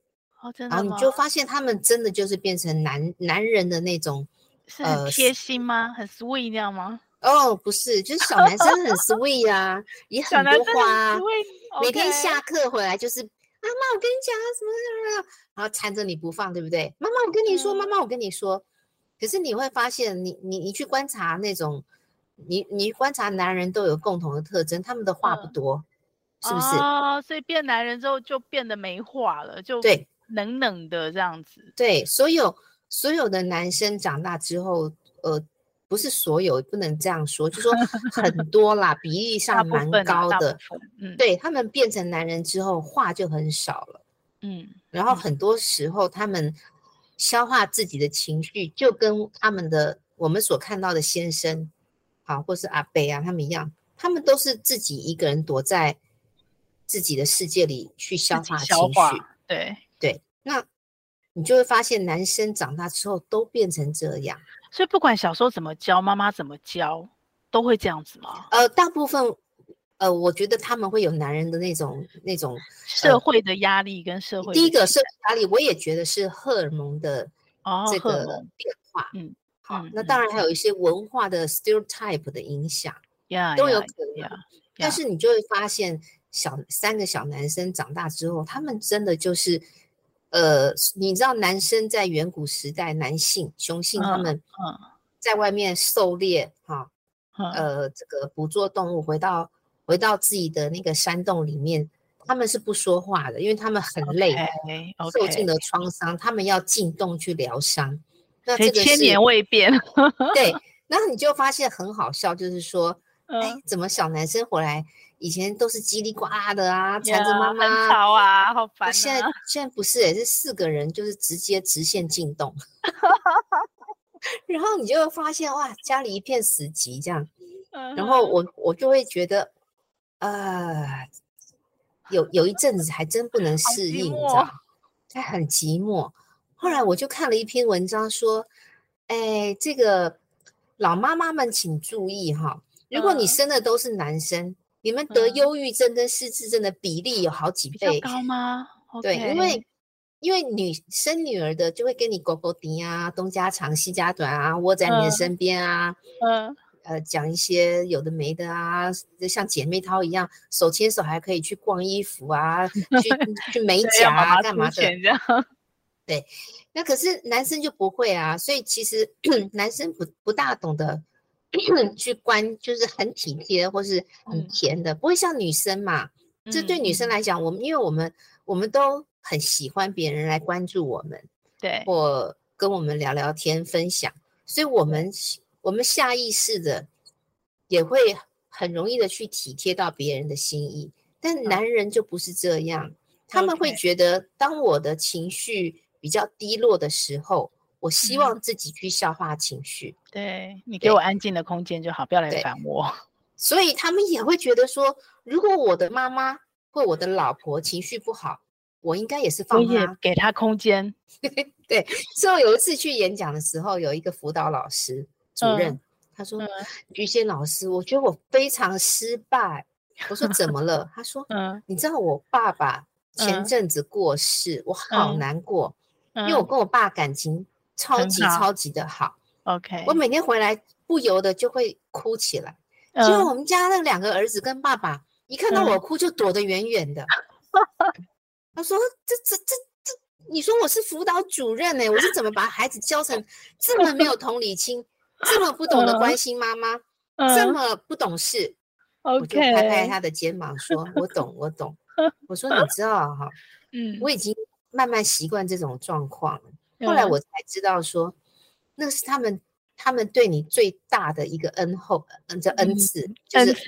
哦真
然后
的
你
吗？
就发现他们真的就是变成男男人的那种
是很
呃
贴心吗？很 sweet 那样吗？
哦，不是，就是小男生很 sweet 啊，也
小
很
男
多
生很
话啊，
sweet，
每天
OK
下课回来就是妈妈，我跟你讲啊，什么什么什么，然后缠着你不放，对不对？妈妈，我跟你说，妈
嗯
妈，我跟你说。可是你会发现，你你你去观察那种，你你观察男人都有共同的特征，他们的话不
嗯
多，是不是？
哦，所以变男人之后就变得没话了，就
对
冷冷的这样子。
对，所有所有的男生长大之后，呃，不是所有，不能这样说，就说 很多啦，比例
大
上
部
蛮
分啊
高
大部
的。
分嗯，，
对他们变成男人之后，话就很少了。
嗯，
然后
嗯
很多时候他们消化自己的情绪，就跟他们的我们所看到的先生，好、或是阿贝啊他们一样，他们都是自己一个人躲在自己的世界里去消
自己
化情
消化
绪。，
对，
对，那你就会发现男生长大之后都变成这样。
所以不管小时候怎么教，妈妈怎么教，都会这样子吗？
呃，大部分呃，我觉得他们会有男人的那种那种
社会的压力跟社会
第一
的
个社会压力，我也觉得是荷尔蒙的
哦，
这
荷尔
个
蒙
变化。
嗯，
好
嗯，
那当
嗯
然还有一些文化的 stereotype 的影响
呀
都有
哎呀
可能
呀。呀
但是你就会发现，小三个小男生长大之后，他们真的就是呃，你知道男生在远古时代，男性雄性他们
嗯
在外面狩猎哈、
嗯
呃，这个捕捉动物，回到回到自己的那个山洞里面，他们是不说话的，因为他们
哎
很累受
，OK，
尽了创伤，他们要进洞去疗伤。那
所以
这个
千
是
年未变。
对，然后你就发现很好笑，就是说，哎
嗯，，
怎么小男生回来以前都是叽里呱啦的啊，缠着
呀
妈
很
妈。
吵啊，好烦啊。
现在现在不是、欸，是四个人就是直接直线进 洞， 然后你就会发现哇，家里一片死寂这样。
嗯
然后
哼
我我就会觉得，呃，有有一阵子还真不能
好
适
寂
应，你知
寞啊
道吗，哎，很寂寞。后来我就看了一篇文章说，哎，这个老妈妈们请注意哈，如果你
嗯
生的都是男生，你们得
嗯
忧郁症跟失智症的比例有好几
比较
倍，
高吗？
对，
OK
因为因为女生女儿的就会跟你勾勾搭啊，东家长西家短啊，窝在你的
嗯
身边啊，
嗯
呃讲一些有的没的啊，就像姐妹淘一样，手牵手还可以去逛衣服 啊，去去美
对
甲
要妈
啊，干
妈出
嘛的？
钱这样，
那可是男生就不会啊，所以其 实男生不不大懂得 去关，就是很体贴或是很
嗯
甜的，不会像女生嘛。这对女生
嗯
来讲，我们因为我们我们都很喜欢别人来关注我们，
对
或跟我们聊聊天、分享，所以我们我们下意识的也会很容易的去体贴到别人的心意，但男人就不是这样，他们会
嗯 OK
觉得，当我的情绪比较低落的时候，我希
嗯
望自己去消化情绪，
对，你
对
给我安静的空间就好，不要来
对
烦我。
所以他们也会觉得说，如果我的妈妈或我的老婆情绪不好，我应该也是
我
放
也
她
给他空间，
所以我有一次去演讲的时候，有一个辅导老师主任，他说：“
嗯
于谦老师，我觉得我非常失败。”我 说：“怎么了？”他说
嗯，：“
你知道我爸爸前
嗯
阵子过世，我好
嗯
难过，
因
因为我跟我爸感情超
很
级
好
超级的好，
OK，
我每天回来不由得就会哭起来。
嗯
结果我们家那两个儿子跟爸爸一看到我
嗯
哭就躲得远远 的。他说：“这这这这，你说我是辅导主任呢、我是怎么把孩子教成这么没有同理心，这么不懂得关心妈妈，这
嗯
么不懂事？”我就
OK，
拍拍他的肩膀说：“我懂，我 懂。”我说：“你知道啊哈、
嗯，
我已经慢慢习惯这种状况了。”后来
嗯
我才知道说，那是他们他们对你最大的一个恩厚，嗯，这恩
嗯
赐，就
但
是
是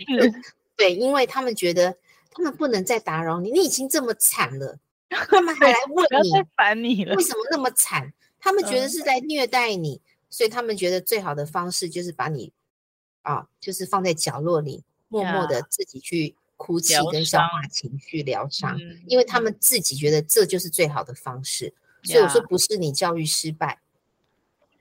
对，因为他们觉得他们不能再打扰你，你已经这么惨了， 他们还来
不要
问
再
你
烦你了
为。什么那么惨，他们觉得
嗯
是在虐待你，所以他们觉得最好的方式就是把你啊，就是放在角落里，默默
呀
的自己去哭泣
疗
跟消化
伤
情绪疗伤，
嗯
因为他们自己觉得这就是最好的方式。所以我说
呀
不是你教育失败，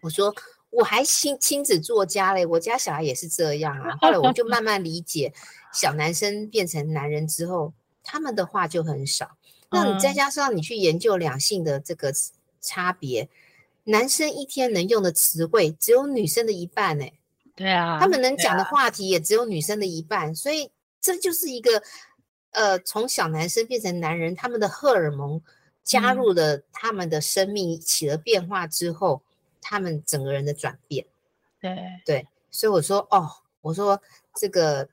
我说我还亲亲子作家嘞，我家小孩也是这样啊。后来我就慢慢理解，小男生变成男人之后，他们的话就很少。那你再
嗯
加上你去研究两性的这个差别，男生一天能用的词汇只有女生的一半呢、
对啊，
他们能
对
讲的话题也只有女生的一半，所以这就是一个呃，从小男生变成男人，他们的荷尔蒙加
嗯
入了他们的生命起了变化之后，他们整个人的转变。
对，
所以我说哦，我说这个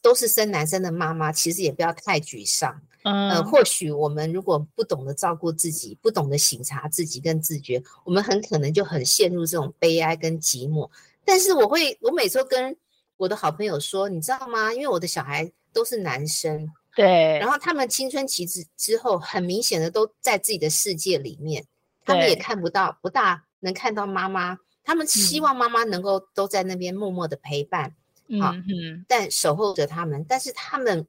都是生男生的妈妈，其实也不要太沮丧。呃，
嗯，
或许我们如果不懂得照顾自己，不懂得省察自己跟自觉，我们很可能就很陷入这种悲哀跟寂寞。但是我会，我每次都跟我的好朋友说，你知道吗？因为我的小孩都是男生，
对，
然后他们青春期之之后，很明显的都在自己的世界里面，他们也
对
看不到，不大能看到妈妈。他们希
嗯
望妈妈能够都在那边默默的陪伴，
嗯
好
哼，
但守候着他们，但是他们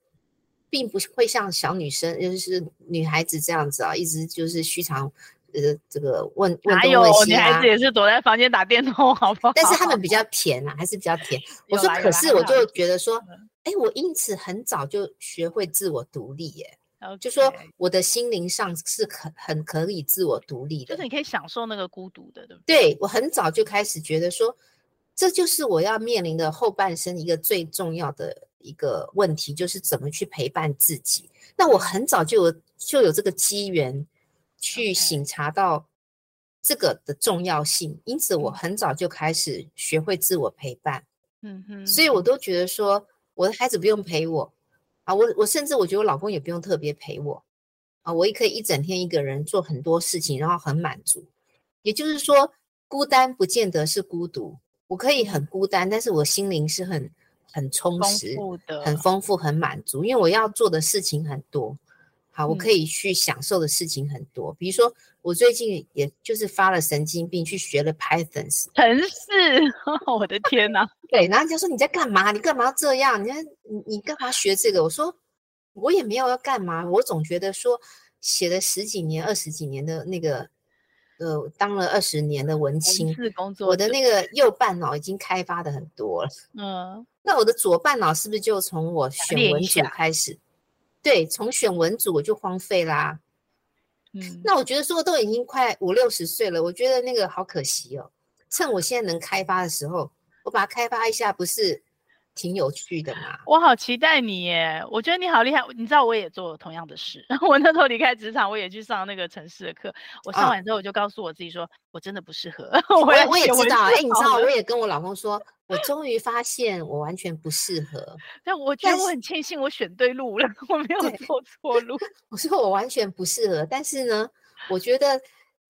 并不是会像小女生，就是女孩子这样子啊，一直就是虚长，呃，这个问问
哪
东
有
问西
女
啊
孩子。也是躲在房间打电动，好不好？
但是他们比较甜啊，还是比较 甜。我
有
说，
啦
可
有啦
是
还
我
好一
就
点
觉得说
嗯，
哎，我因此很早就学会自我独立，耶，就
OK
说我的心灵上是很很可以自我独立的
就是。你可以享受那个孤独的，对不对？
对我很早就开始觉得说，这就是我要面临的后半生一个最重要的一个问题，就是怎么去陪伴自己。那我很早就有就有这个机缘，去醒察到这个的重要性。因此，我很早就开始学会自我陪伴，
嗯哼，
所以我都觉得说，我的孩子不用陪我啊，我我甚至我觉得我老公也不用特别陪我啊，我也可以一整天一个人做很多事情，然后很满足。也就是说，孤单不见得是孤独，我可以很孤单，但是我心灵是很很充
丰
实、
富的，
很丰富、很满足，因为我要做的事情很多。好，我可
嗯
以去享受的事情很多，比如说我最近也就是发了神经病，去学了 Python。
城市， 我的天哪、
对，然后人家说你在干嘛？你干嘛要这样？你在你你干嘛学这个？我说我也没有要干嘛，我总觉得说写了十几年、二十几年的那个，呃，当了二十年的文青
文，字工作者，
我的那个右半脑已经开发的很多了。
嗯，
那我的左半脑是不是就从我选
练
文
一
组
下
开始？对，从选文组我就荒废啦、
嗯，
那我觉得说都已经快五六十岁了，我觉得那个好可惜哦。趁我现在能开发的时候，我把它开发一下，不是挺有趣的吗？
我好期待你耶！我觉得你好厉害，你知道我也做了同样的事。 我那时候离开职场，我也去上那个城市的课。我上
啊
完之后，我就告诉我自己说，我真的不适合。我
我
来
也我也
写文
知道，
字
哎，你知
好
道，我
了
也跟我老公说，我终于发现我完全不适合。
但我觉
但
得我
是
很庆幸我选对路了， 我没有
对
走错路。
我说我完全不适合，但是呢，我觉得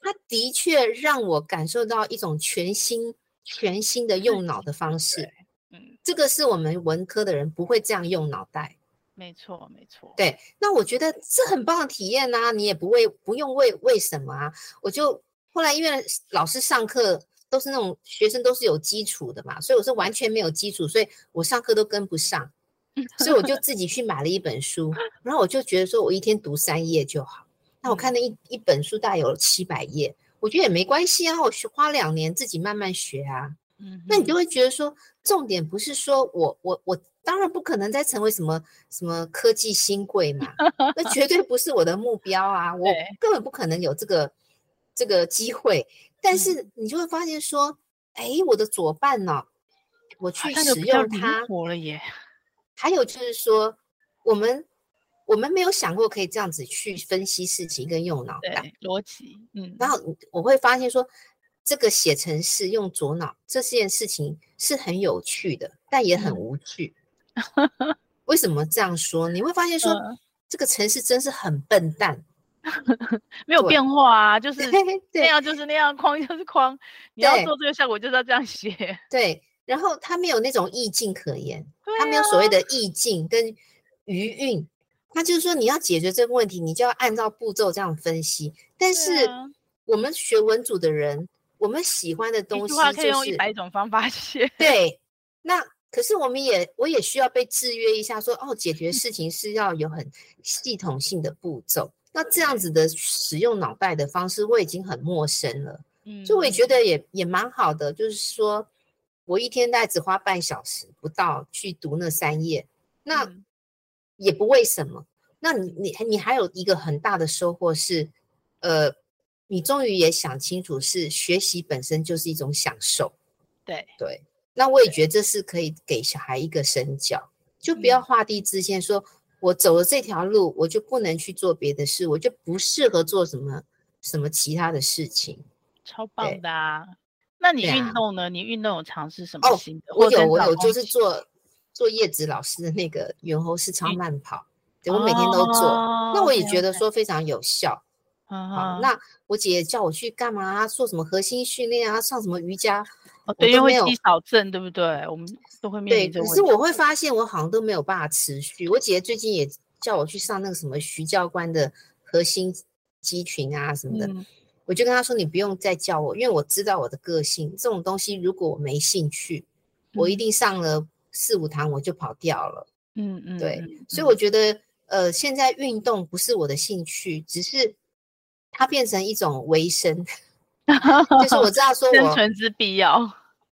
它的确让我感受到一种全新、全新的用脑的方式。
嗯，
这个是我们文科的人不会这样用脑袋。
没错，没错。
对，那我觉得这很棒的体验啊呐、你也不为不用为为什么啊，我就后来因为老师上课都是那种学生都是有基础的嘛，所以我是完全没有基础，所以我上课都跟不上，所以我就自己去买了一本书，然后我就觉得说我一天读三页就好，那我看那一一本书大概有七百页，我觉得也没关系啊，我学花两年自己慢慢学啊，
嗯哼，
那你就会觉得说，重点不是说我我我当然不可能再成为什么什么科技新贵嘛，那绝对不是我的目标啊，我
对
根本不可能有这个这个机会。
嗯
但是你就会发现说，哎，我的左半脑，我
好
去
像就
使
比较
用
灵
它，
活了耶。
还有就是说，我们我们没有想过可以这样子去分析事情跟用脑
对
袋。，
逻辑，嗯，
然后我会发现说，这个写程式用左脑这件事情是很有趣的，但也很
嗯
无 趣。为什么这样说？你会发现说，
嗯
这个程式真是很笨蛋。
没有
对
变化啊，就是那
对
样就是那样，框就是框。你要
对
做这个效果，就是要这样写。
对，然后它没有那种意境可言，
对
它没有
啊
所谓的意境跟余韵。它就是说，你要解决这个问题，你就要按照步骤这样分析。但
对
是
啊
我们学文组的人，我们喜欢的
一
东西
句话可以
就
用一
是
百种方法 写。
对，那可是我们也我也需要被制约一下说，哦，解决事情是要有很系统性的步骤。那这样子的使用脑袋的方式，我已经很陌生了，
嗯，
所以我也觉得也也蛮好的。就是说我一天大概只花半小时不到去读那三页，那
嗯
也不为什么。那你你你还有一个很大的收获是，呃，你终于也想清楚，是学习本身就是一种享受。
对，
对，那我也觉得这是可以给小孩一个身教，就不要
嗯
画地自限说，我走了这条路，我就不能去做别的事，我就不适合做什么什么其他的事情。
超
对
棒的啊！那你
对
运
啊
动呢？你运动有尝试什
哦
么新的？
我
或者
有
跟
我
老
有，
公
就
一
是
起
做做叶子老师的那个猿猴式超
嗯
慢跑，对我每天都做，那
哦
我也
，OK，
觉得
OK
说非常有效。啊
啊，，
那我姐姐叫我去干嘛啊？做什么核心训练啊？上什么瑜伽？
哦
我
对，因为
都没
会
有
肌少症，对不对？我们 都会面
对，
临这个
可
问
是
题。
我会发现我好像都没有办法持续。我姐姐最近也叫我去上那个什么徐教官的核心肌群啊什么的，
嗯，
我就跟她说你不用再叫我，因为我知道我的个性，这种东西如果我没兴趣，我一
嗯
定上了四五堂我就跑掉了。
嗯嗯，
对
嗯，
所以
嗯
我觉得，呃，现在运动不是我的兴趣，只是它变成一种维生， 就是我知道说
嗯生
我
存之必要。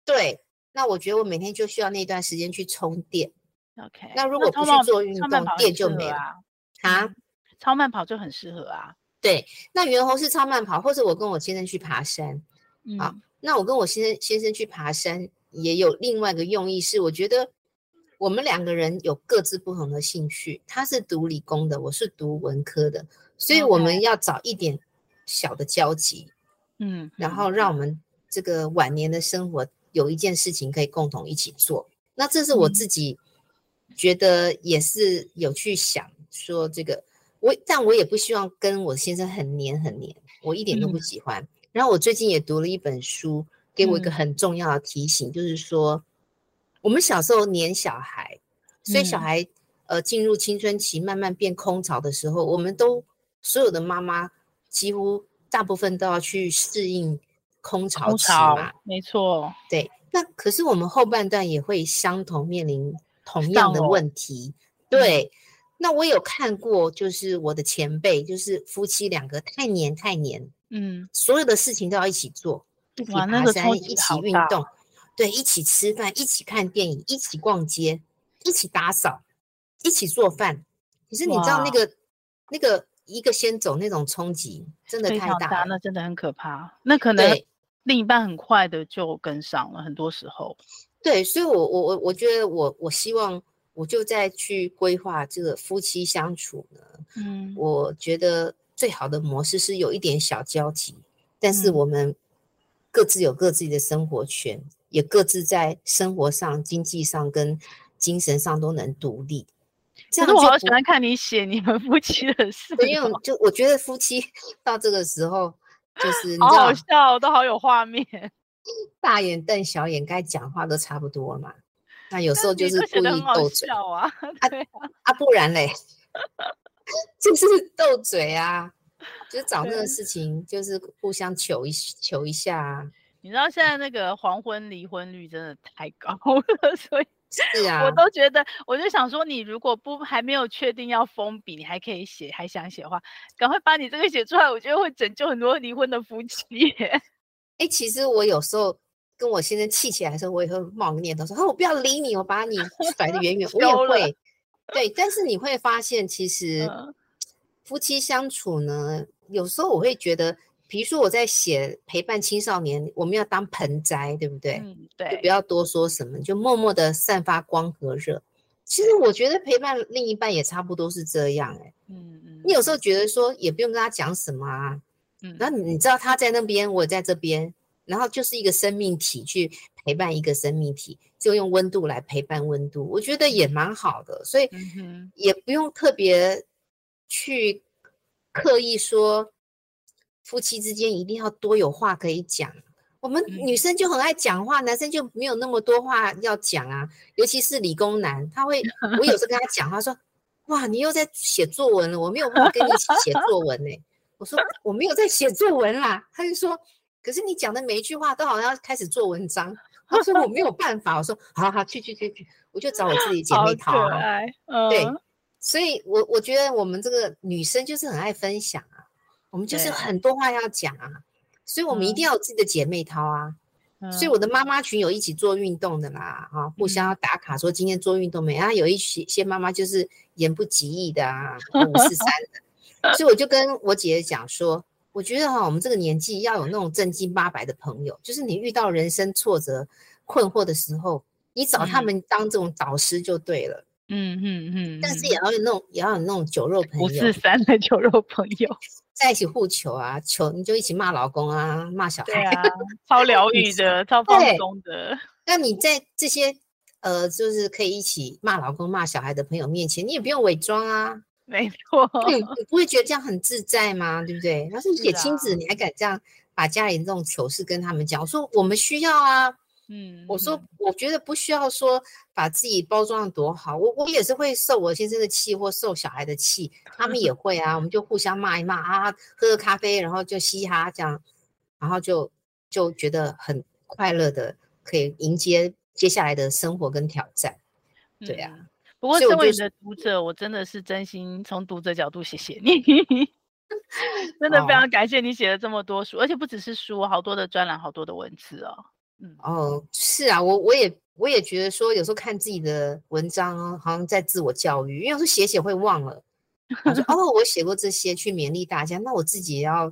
对，那我觉得我每天就需要那段时间去充电。
OK，
那如果
超
不去
慢
做运
超慢
动
跑很
电就
适
没
合
了
啊
啊
嗯，超慢跑就很适合啊。
那猿猴是超慢跑，或者我跟我先生去爬山。
嗯，
好那我跟我先生先生去爬山也有另外一个用意是，我觉得我们两个人有各自不同的兴趣，他是读理工的，我是读文科的，所以我
OK
们要找一点小的交集，
嗯，
然后让我们这个晚年的生活有一件事情可以共同一起做。那这是我
嗯
自己觉得也是有去想说这个，我但我也不希望跟我先生很黏很黏，我一点都
嗯
不喜欢。然后我最近也读了一本书，给我一个
嗯
很重要的提醒，就是说我们小时候黏小孩，所以小
嗯
孩呃进入青春期慢慢变空巢的时候，我们都所有的妈妈几乎大部分都要去适应空巢
空
期嘛
巢，，没错，
对，那可是我们后半段也会相同面临同样的
丧偶
问题。
嗯
对，那我有看过，就是我的前辈，就是夫妻两个太黏太黏，
嗯，
所有的事情都要一起做，一起
哇那
爬
个
山，
超级
一起
好
运
大
动，对，一起吃饭，一起看电影，一起逛街，一起打扫，一起做饭。可是你知道
哇
那个那个一个先走那种冲击，真的
非
太
常
大了。
那真的很可怕。那可能
对，
另一半很快的就跟上了，很多时候，
对，所以我，我我我觉得我我希望我就在去规划这个夫妻相处呢。
嗯，
我觉得最好的模式是有一点小交集，但是
嗯
我们各自有各自的生活圈，也各自在生活上、经济上跟精神上都能独立。这
可
样就
是我好
不
喜欢看你写你们夫妻的事
对，因为
哦，
我就我觉得夫妻 到这个时候，就是你知
好
道
好笑哦，都好有画面。
大眼瞪小眼，该讲话都差不多了嘛。那有时候
你
就是
写
故
得
意
很好
斗嘴。
笑啊，对啊，
啊，不然嘞， 就是斗嘴啊，就是找那个
对
事情，就是互相求一求一下啊。
你知道现在那个黄昏离婚率真的太高了， 所以
是啊
我，都觉得，我就想说，你如果不还没有确定要封笔，你还可以写，还想写的话，赶快把你这个写出来，我觉得会拯救很多离婚的夫妻耶。
哎、其实我有时候跟我先生气起来的时候，我也会冒个念头说：“哦，我不要理你，我把 你甩得远远。”我也
收了
会，对。但是你会发现，其实
嗯
夫妻相处呢，有时候我会觉得，比如说我在写陪伴青少年，我们要当盆栽，对不对？
嗯，
就
对
不，要多说什么，就默默的散发光和热。其实我觉得陪伴另一半也差不多是这样哎、
嗯嗯，
你有时候觉得说也不用跟他讲什么啊，
嗯
然后你你知道他在那边，我也在这边，然后就是一个生命体去陪伴一个生命体，就用温度来陪伴温度，我觉得也蛮好的，所以
嗯哼
也不用特别去刻意说夫妻之间一定要多有话可以讲。我们
嗯
女生就很爱讲话，男生就没有那么多话要讲啊。尤其是理工男，他 会，我有时候跟他讲话说：“哇，你又在写作文了，我没有办法跟你一起写作文呢、我说：“我没有在写作文啦。”他就说：“可是你讲的每一句话都好像要开始做文章。”他说：“我没有办法。”我说：“好好，去去去去，我就找我自己姐
好
妹淘、
可
啊。”
爱，
对
嗯，
所以我我觉得我们这个女生就是很爱分享啊，我们就是
对
很多话要讲啊，所以我们一
嗯
定要有自己的姐妹淘啊。所以
嗯
我的妈妈群有一起做运动的啦，啊，互相要打卡说今天做运动没？啊，有一些些妈妈就是言不及义的啊，五四三的，所以我就跟我姐姐讲说，我觉得哈、我们这个年纪要有那种正经八百的朋友，就是你遇到人生挫折、困惑的时候，你找他
嗯
们当这种导师就对了。
嗯嗯嗯，
但是
嗯
也要有那种也要有那种酒肉朋
五
友
四三的酒肉朋 友，
在一起互求啊，求你就一起骂老公啊，骂小
对
孩。
啊，超疗愈的，超放
对
松的，
那你在这些呃，就是可以一起骂老公、骂小孩的朋友面前，你也不用伪装 啊，
没错，
你你不会觉得这样很自在吗？对不对？他说
是啊
野亲子，你还敢这样把家里这种糗事跟他们讲？我说我们需要啊，
嗯，
我说
嗯，
我觉得不需要说把自己包装的多好，我我也是会受我先生的气或受小孩的气，他们也会啊，我们就互相骂一骂啊，喝喝咖啡，然后就嘻哈这样，然后就就觉得很快乐的，可以迎接接下来的生活跟挑战。对啊
嗯。不过，
所以我
身为
就
你
是
的读者，我真的是真心从读者角度谢谢你， 真的非
哦
常感谢你写了这么多书，而且不只是书，好多的专栏，好多的文字哦。嗯，
哦，是啊，我我也我也觉得说，有时候看自己的文章哦，好像在自我教育，因为有时候写写会忘了，我 说哦，我写过这些去勉励大家，那我自己也要，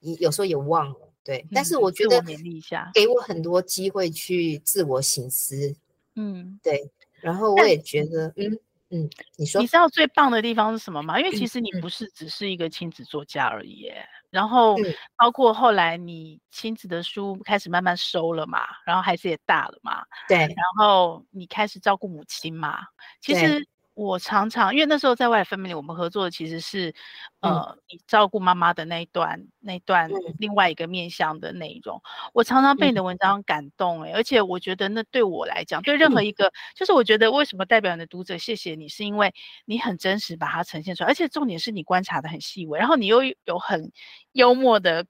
也有时候也忘了，对。但
嗯
是我
自
觉得
勉励一下，
给我很多机会去自我省思，
嗯，
对。然后我
但
也觉得，嗯嗯，你说
你知道最棒的地方是什么吗？因为其实你
嗯
不是只是一个亲子作家而已耶，然后
嗯
包括后来你亲子的书开始慢慢收了嘛，然后孩子也大了嘛，
对
然后你开始照顾母亲嘛。其
对
实我常常，因为那时候在外来 family，我们合作的其实是，
嗯
呃，你照顾妈妈的那一段，那一段
嗯
另外一个面向的内容。我常常被你的文章感动、欸，而且我觉得那对我来讲，对
嗯
任何一个，就是我觉得为什么代表你的读者谢谢你，是因为你很真实把它呈现出来，而且重点是你观察的很细微，然后你又有很幽默的。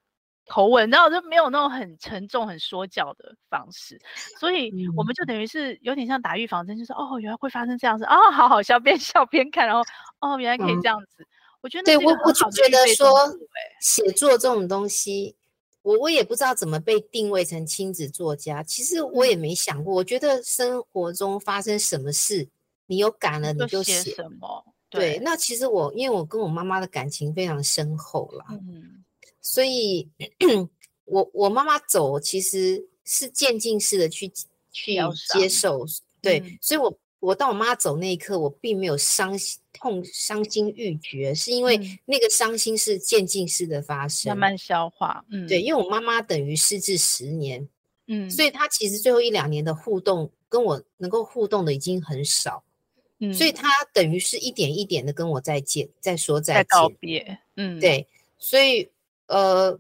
口吻，然后就没有那种很沉重、很说教的方式，所以
嗯
我们就等于是有点像打预防针，就是哦，原来会发生这样子哦，好好笑，边笑边看，然后哦，原来可以这样子。我觉得那
嗯对
是一
我
个
我
很
就
好的
觉
预
得
备动
说
作欸
写作这种东西，我我也不知道怎么被定位成亲子作家。其实我
嗯
也没想过，我觉得生活中发生什么事，你有感了你
就
就
写
写。
什么？
对，，那其实我因为我跟我妈妈的感情非常深厚啦，
嗯
所以 我我妈妈走其实是渐进式的去去
疗
接
伤
受，对，
嗯
所以我我当我妈走那一刻，我并没有伤心痛伤心欲绝，是因
嗯
为那个伤心是渐进式的发生，
慢慢消化，嗯，
对，，因为我妈妈等于失智十年，
嗯，
所以她其实最后一两年的互动跟我能够互动的已经很少，
以
所以她等于是一点一点的跟我再见，再说再
嗯再告
见，
别，嗯，，
对，所以呃，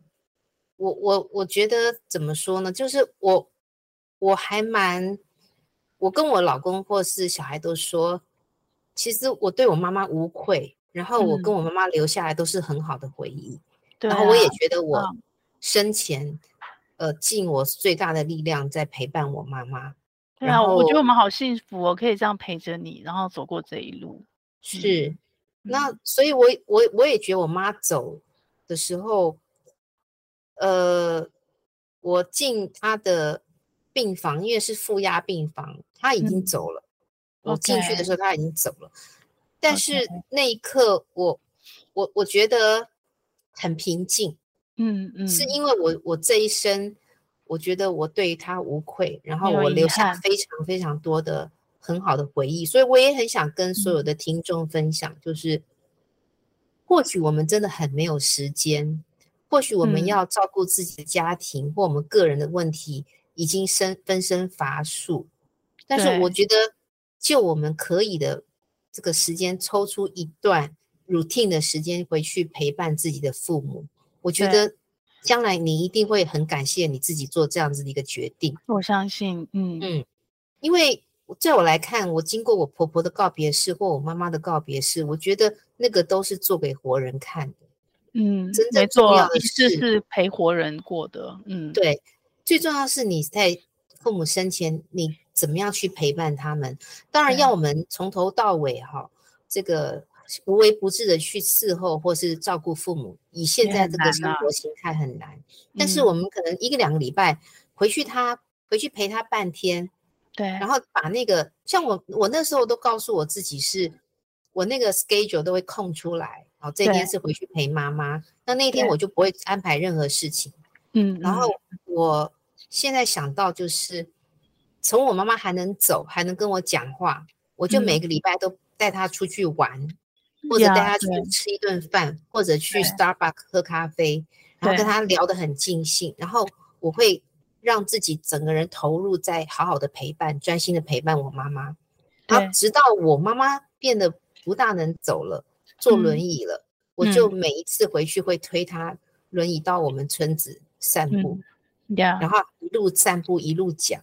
我我我觉得怎么说呢？就是我我还蛮，我跟我老公或是小孩都说，其实我对我妈妈无愧，然后我
嗯
跟我妈妈留下来都是很好的回忆，
对
然后我
啊
也觉得我
嗯
生前呃尽我最大的力量在陪伴我妈妈，
对
然
啊，我觉得
后
我们好幸福哦，可以这样陪着你，然后走过这一路。
是。那
嗯
所以我也，我我也觉得我妈走的时候，呃，我进她的病房，因为是负压病房，她已经
嗯
走了。我进去的时候，她已经走了。但
OK
是那一刻我，我我觉得很平静，
嗯嗯，
是因为我我这一生，我觉得我对她无愧，然后
没有
我
遗
留下
憾
非常非常多的很好的回忆，所以我也很想跟所
嗯
有的听众分享，就是或许我们真的很没有时间，或许我们
嗯
要照顾自己的家庭或我们个人的问题已经身分身乏术，但是我
对
觉得就我们可以的这个时间抽出一段 routine 的时间回去陪伴自己的父母，我觉
对
得将来你一定会很感谢你自己做这样子的一个决定。
我相信，嗯
嗯因为我在我来看，我经过我婆婆的告别式或我妈妈的告别式，我觉得那个都是做给活人看的。
嗯，
真
没
正重要
错，
的
仪式
是
是陪活人过的，嗯，
对，最重要是你在父母生前，你怎么样去陪伴他们？当然
对
要我们从头到尾哈，这个无微不至的去伺候或是照顾父母，以现
也
在
很
这个
难
生
啊
活形态很难。但是
嗯
我们可能一个两个礼拜回去他，回去陪他半天，
对，
然后把那个像我我那时候都告诉我自己是，我那个 schedule 都会空出来，好，这一
对
天是回去陪妈妈，那那一天
对
我就不会安排任何事情。
嗯，
然
嗯
后我现在想到就是，从我妈妈还能走，还能跟我讲话，我就每
嗯
个礼拜都带她出去玩，或者带
呀
她去
对
吃一顿饭，或者去
对
Starbucks 喝咖啡，然后
对
跟她聊得很尽兴，然后我会让自己整个人投入在好好的陪伴，专心的陪伴我妈妈，然后
对
直到我妈妈变得不大能走了，坐轮
嗯
椅了，我就
嗯
每一次回去会推她轮椅到我们村子散步。
嗯呀，
然后一路散步一路讲，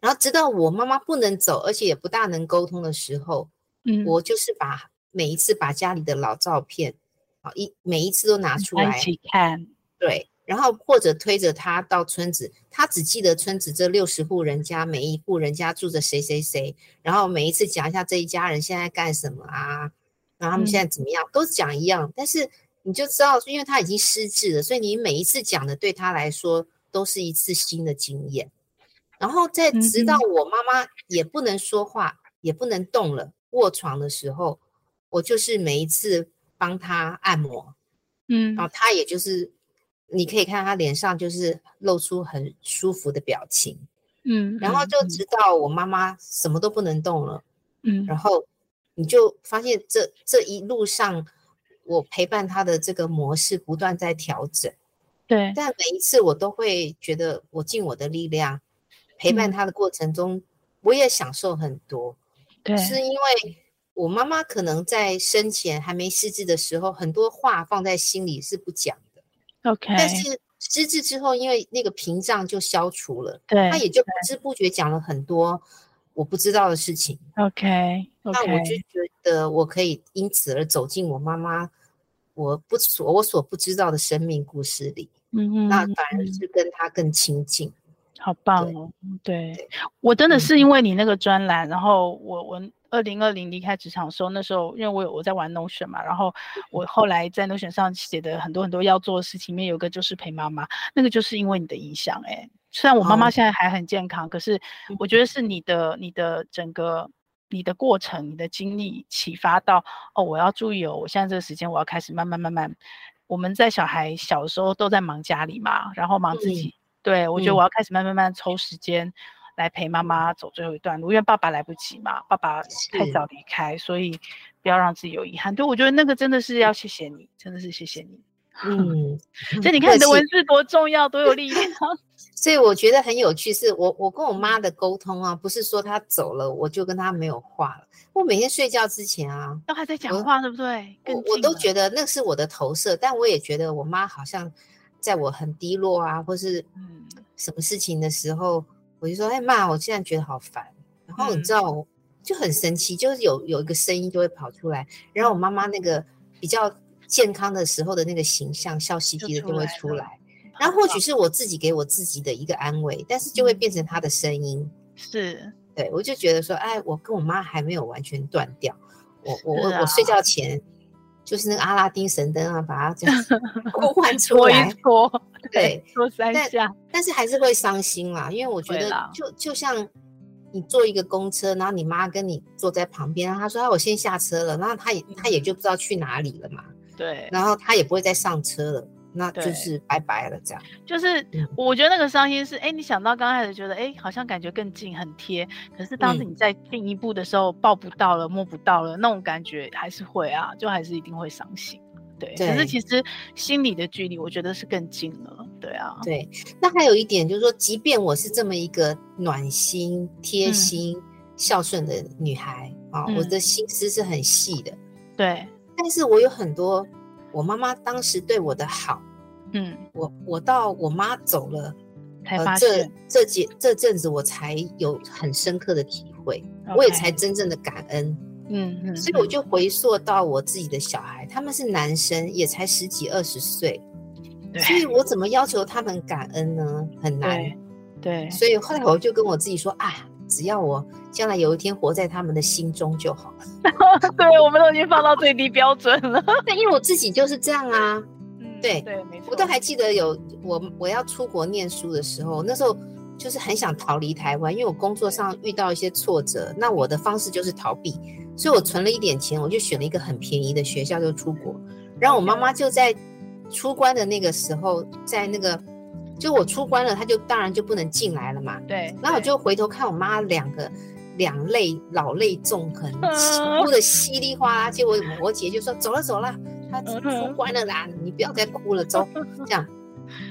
然后直到我妈妈不能走，而且也不大能沟通的时候，
嗯，
我就是把每一次把家里的老照片，啊一每一次都拿出
大家
来
一，起看，
对，然后或者推着她到村子，她只记得村子这六十户人家，每一户人家住着谁谁谁，然后每一次讲一下这一家人现在干什么啊，然后他们
嗯
现在怎么样，都讲一样，但是你就知道，因为他已经失智了，所以你每一次讲的对他来说都是一次新的经验。然后在
嗯
直到
哼
我妈妈也不能说话，也不能动了，卧床的时候，我就是每一次帮她按摩，
嗯
然后她也就是，你可以看她脸上就是露出很舒服的表情，
嗯，
然后
嗯
就直到我妈妈什么都不能动了。
嗯
然后你就发现这这一路上，我陪伴他的这个模式不断在调整，
对，
但每一次我都会觉得我尽我的力量陪
嗯
伴他的过程中，我也享受很多。
对，
是因为我妈妈可能在生前还没失智的时候，很多话放在心里是不讲的，
，OK，
但是失智之后，因为那个屏障就消除了，
对
她也就不知不觉讲了很多我不知道的事情。
，OK，OK，、
那我就觉得我可以因此而走进我妈妈我不所我所不知道的生命故事里，
嗯哼，
那反而是跟她更亲 近。
好棒
对
哦！嗯对
对
我真的
嗯
是因为你那个专栏，然后我我二零二零离开职场的时候，那时候因为我有我在玩 Notion 嘛，然后我后来在 Notion 上写的很多很多要做的事情，里面有一个就是陪妈妈，那个就是因为你的影响哎、虽然我妈妈
哦嗯
现在还很健康，可是我觉得是你的你的整个。你的过程、你的经历启发到哦，我要注意哦，我现在这个时间我要开始慢慢慢慢。我们在小孩小的时候都在忙家里嘛，然后忙自
嗯
己，对，我觉得
嗯
我要开始慢慢慢慢抽时间来陪妈妈走最后一段路，因为爸爸来不及嘛，爸爸太
是
早离开，所以不要让自己有遗憾。对，我觉得那个真的是要谢谢你，真的是谢谢你。
嗯，
所以你
不
看
客
你的
气
文字多重要，多有力 量。
所以我觉得很有趣，是我我跟我妈的沟通啊，不是说她走了我就跟她没有话了。我每天睡觉之前啊，
都还在讲
我
话，对不对？
我
更
我
近
都
了
觉得那是我的投射，但我也觉得我妈好像在我很低落啊，或是
嗯
什么事情的时候，我就说：“哎妈，我现在觉得好烦。”然后你知
嗯
道，我就很生气，就是有有一个声音就会跑出来，然
嗯
后我妈妈那个比较健康的时候的那个形象，笑嘻
就
嘻的
出
就会
来
出
了
来。然后或
好
许是我自己给我自己的一个安慰，但是就会
嗯
变成她的声音。
是
对我就觉得说，哎，我跟我妈还没有完全断掉。我我我
是啊
我睡觉前就是那个阿拉丁神灯啊，把它 这样呼唤出
搓一
来。
搓，
对，
搓三
但
下，
但是还是会伤心啦，因为我觉
会
得
啦
就就像你坐一个公车，然后你妈跟你坐在旁边，然后她说、啊、我先下车了，然后她也她也就不知道去哪里了嘛，
嗯对。
然后她也不会再上车了，那就
对
是拜拜了这样。
就是
嗯
我觉得那个伤心是，哎、你想到刚开始觉得，哎、好像感觉更近很贴，可是当时
嗯
你再进一步的时候，抱不到了，摸不到了，那种感觉还是会啊，就还是一定会伤心。对，可是
对
其实心理的距离，我觉得是更近了。对啊，
对，那还有一点就是说，即便我是这么一个暖心、贴
嗯
心、孝顺的女孩啊，我
嗯
的心思是很细的，
对，
但是我有很多我妈妈当时对我的好，
嗯，
我我到我妈走了。
才发
呃，这
现，
这几这阵子我才有很深刻的体会，我也
OK
才真正的感恩，
嗯嗯，
所以我
嗯
就回溯到我自己的小孩，他们是男生，也才十几二十岁，
对
所以我怎么要求他们感恩呢？很难。
嗯对对
所以后来我就跟我自己说啊，只要我将来有一天活在他们的心中就好了。
对， 我们都已经放到最低标准 了。
对，因为我自己就是这样啊，
嗯，
对
对，没错，
我都还记得有我我要出国念书的时候，那时候就是很想逃离台湾，因为我工作上遇到一些挫折，那我的方式就是逃避，所以我存了一点钱，我就选了一个很便宜的学校就出国，然后我妈妈就在出关的那个时候，在那个就我出关了，她就当然就不能进来了嘛，
对，
然后我
对
就回头看我妈两个两泪老泪纵横，
嗯
哭的稀里哗啦。结果我姐就说：“走了 走了，她
嗯
出
哼
关了啦，你不要再哭了， 走。”这样，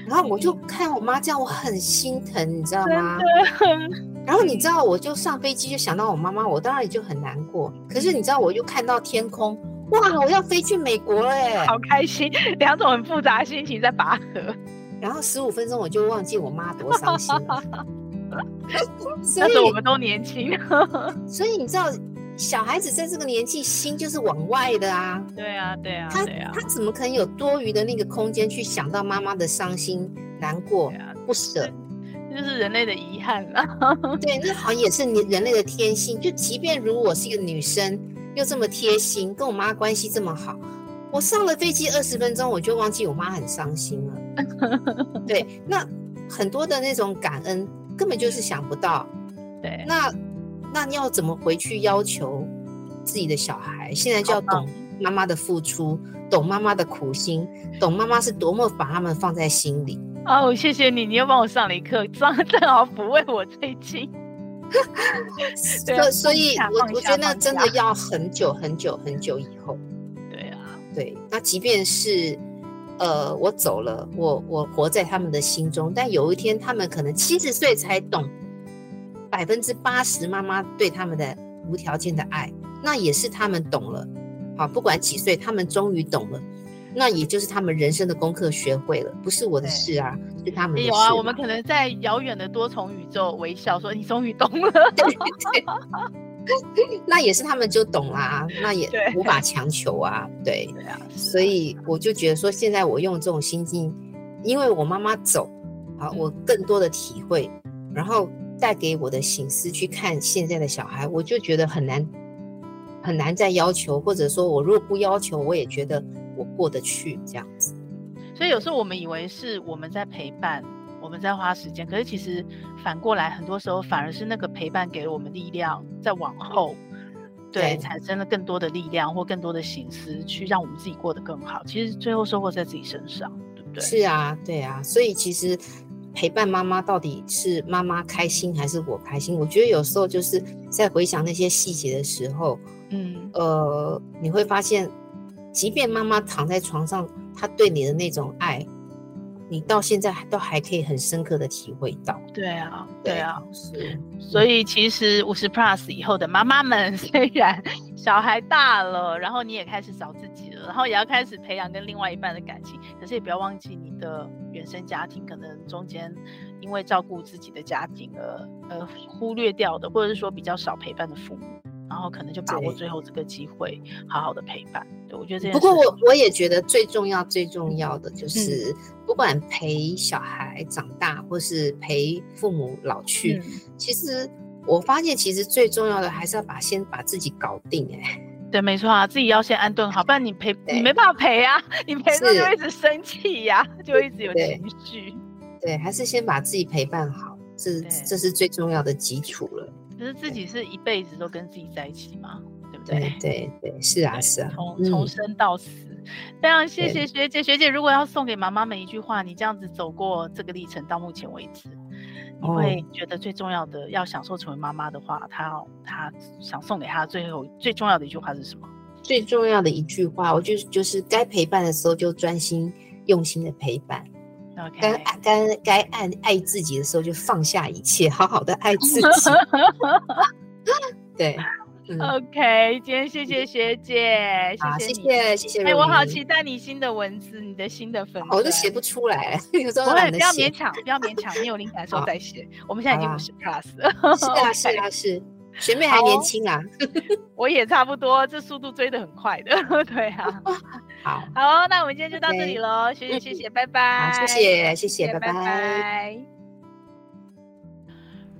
然后我就看我妈这样，我很心疼，你知道吗？
真的
然后你知道，我就上飞机就想到我妈妈，我当然也就很难过。可是你知道，我又看到天空，哇，我要飞去美国了耶！
好开心，两种很复杂的心情在拔河。
然后十五分钟我就忘记我妈多伤 心了。所
那
以
时候我们都年轻，啊
所以你知道，小孩子在这个年纪，心就是往外的啊。
对啊，对啊，
他
对啊，
他怎么可能有多余的那个空间去想到妈妈的伤心、难过
对、啊，
不 舍？
这就是人类的遗憾啊啦。
对，那好像也是你人类的天性。就即便如我是一个女生，又这么贴心，跟我妈关系这么好，我上了飞机二十分钟，我就忘记我妈很伤心 了。对，那很多的那种感恩，根本就是想不到。
对，
那那你要怎么回去要求自己的小孩？现在就要懂妈妈的付出，懂妈妈的苦心，懂妈妈是多么把他们放在心 里。
哦，谢谢你，你又帮我上了一课，正正好抚慰我最近。对啊
所所以
放下
我，
啊放
我
下
觉得那
放
真
下
的要很久很久很久以后。
对啊，
对，那即便是呃我走了，我我活在他们的心中，但有一天他们可能七十岁才懂百分之八十妈妈对他们的无条件的爱，那也是他们懂了。啊，不管几岁，他们终于懂了，那也就是他们人生的功课学会了，不是我的事啊，是他们的事、
有啊，我们可能在遥远的多重宇宙微笑说：“你终于懂 了。
对对 那也是他们就懂啦、那也
对
无法强求啊，对”，
对啊，
所以我就觉得说，现在我用这种心境，因为我妈妈走，啊，
嗯
我更多的体会，然后带给我的醒思去看现在的小孩，我就觉得很难，很难再要求，或者说我如果不要求，我也觉得我过得去这样子。
所以有时候我们以为是我们在陪伴，我们在花时间，可是其实反过来，很多时候反而是那个陪伴给了我们力量，在往后，对，
对
产生了更多的力量或更多的心思，去让我们自己过得更好。其实最后收获在自己身上，对不对？
是啊，对啊，所以其实陪伴妈妈到底是妈妈开心还是我开心？我觉得有时候就是在回想那些细节的时候，
嗯，
呃，你会发现，即便妈妈躺在床上，她对你的那种爱，你到现在还都还可以很深刻的体会到。嗯
对啊，对啊。，
是，
所以其实五十 plus 以后的妈妈们， 虽然小孩大了，然后你也开始找自己了，然后也要开始培养跟另外一半的感情，可是也不要忘记你的原生家庭，可能中间因为照顾自己的家庭而呃忽略掉的，或者是说比较少陪伴的父母，然后可能就把握
对
最后这个机会，好好的陪伴。对我觉得这件
不过
事
我我也觉得最重要最重要的
嗯
就是，不管陪小孩长大，或是陪父母老去，
嗯
其实我发现，其实最重要的还是要把先把自己搞定、欸。哎，
对，没错啊，自己要先安顿好，不然你陪你
对
没办法陪啊，你陪了
是
就一直生气呀、就一直有
对
情绪。
对，还是先把自己陪伴好，这
对
这是最重要的基础了。
可是自己是一辈子都跟自己在一起嘛，对不
对对对，是啊
对
是啊，
从
嗯
从生到死，非常谢谢
对
学姐。学姐，如果要送给妈妈们一句话，你这样子走过这个历程到目前为止，你
哦
会觉得最重要的，要享受成为妈妈的话，她要她想送给她最后最重要的一句话是什么？
最重要的一句话，我就就是该陪伴的时候就专心用心的陪伴，该
OK，
爱该该爱爱自己的时候就放下一切，好好的爱 自己。对，嗯，
OK，今天谢谢学姐，
好，谢
哦谢你。
谢谢谢
哎，
如
我好
妮
期待你新的文字，你的新的粉
我都
砖
写不出来了， 有时候
不会，
懒
不
得
要
写
勉。强，不要勉强，你有灵感的时候
好
再写。我们现在已经
好
五
啊
十 plus 了，
是啊是啊是，学妹
哦
还年轻啊。
我也差不多，这速度追得很快的， 对啊。
好，
好，那我们今天就到这
OK
里喽，学姐，谢
嗯
谢，拜拜。
好，谢谢谢谢，拜
拜
拜。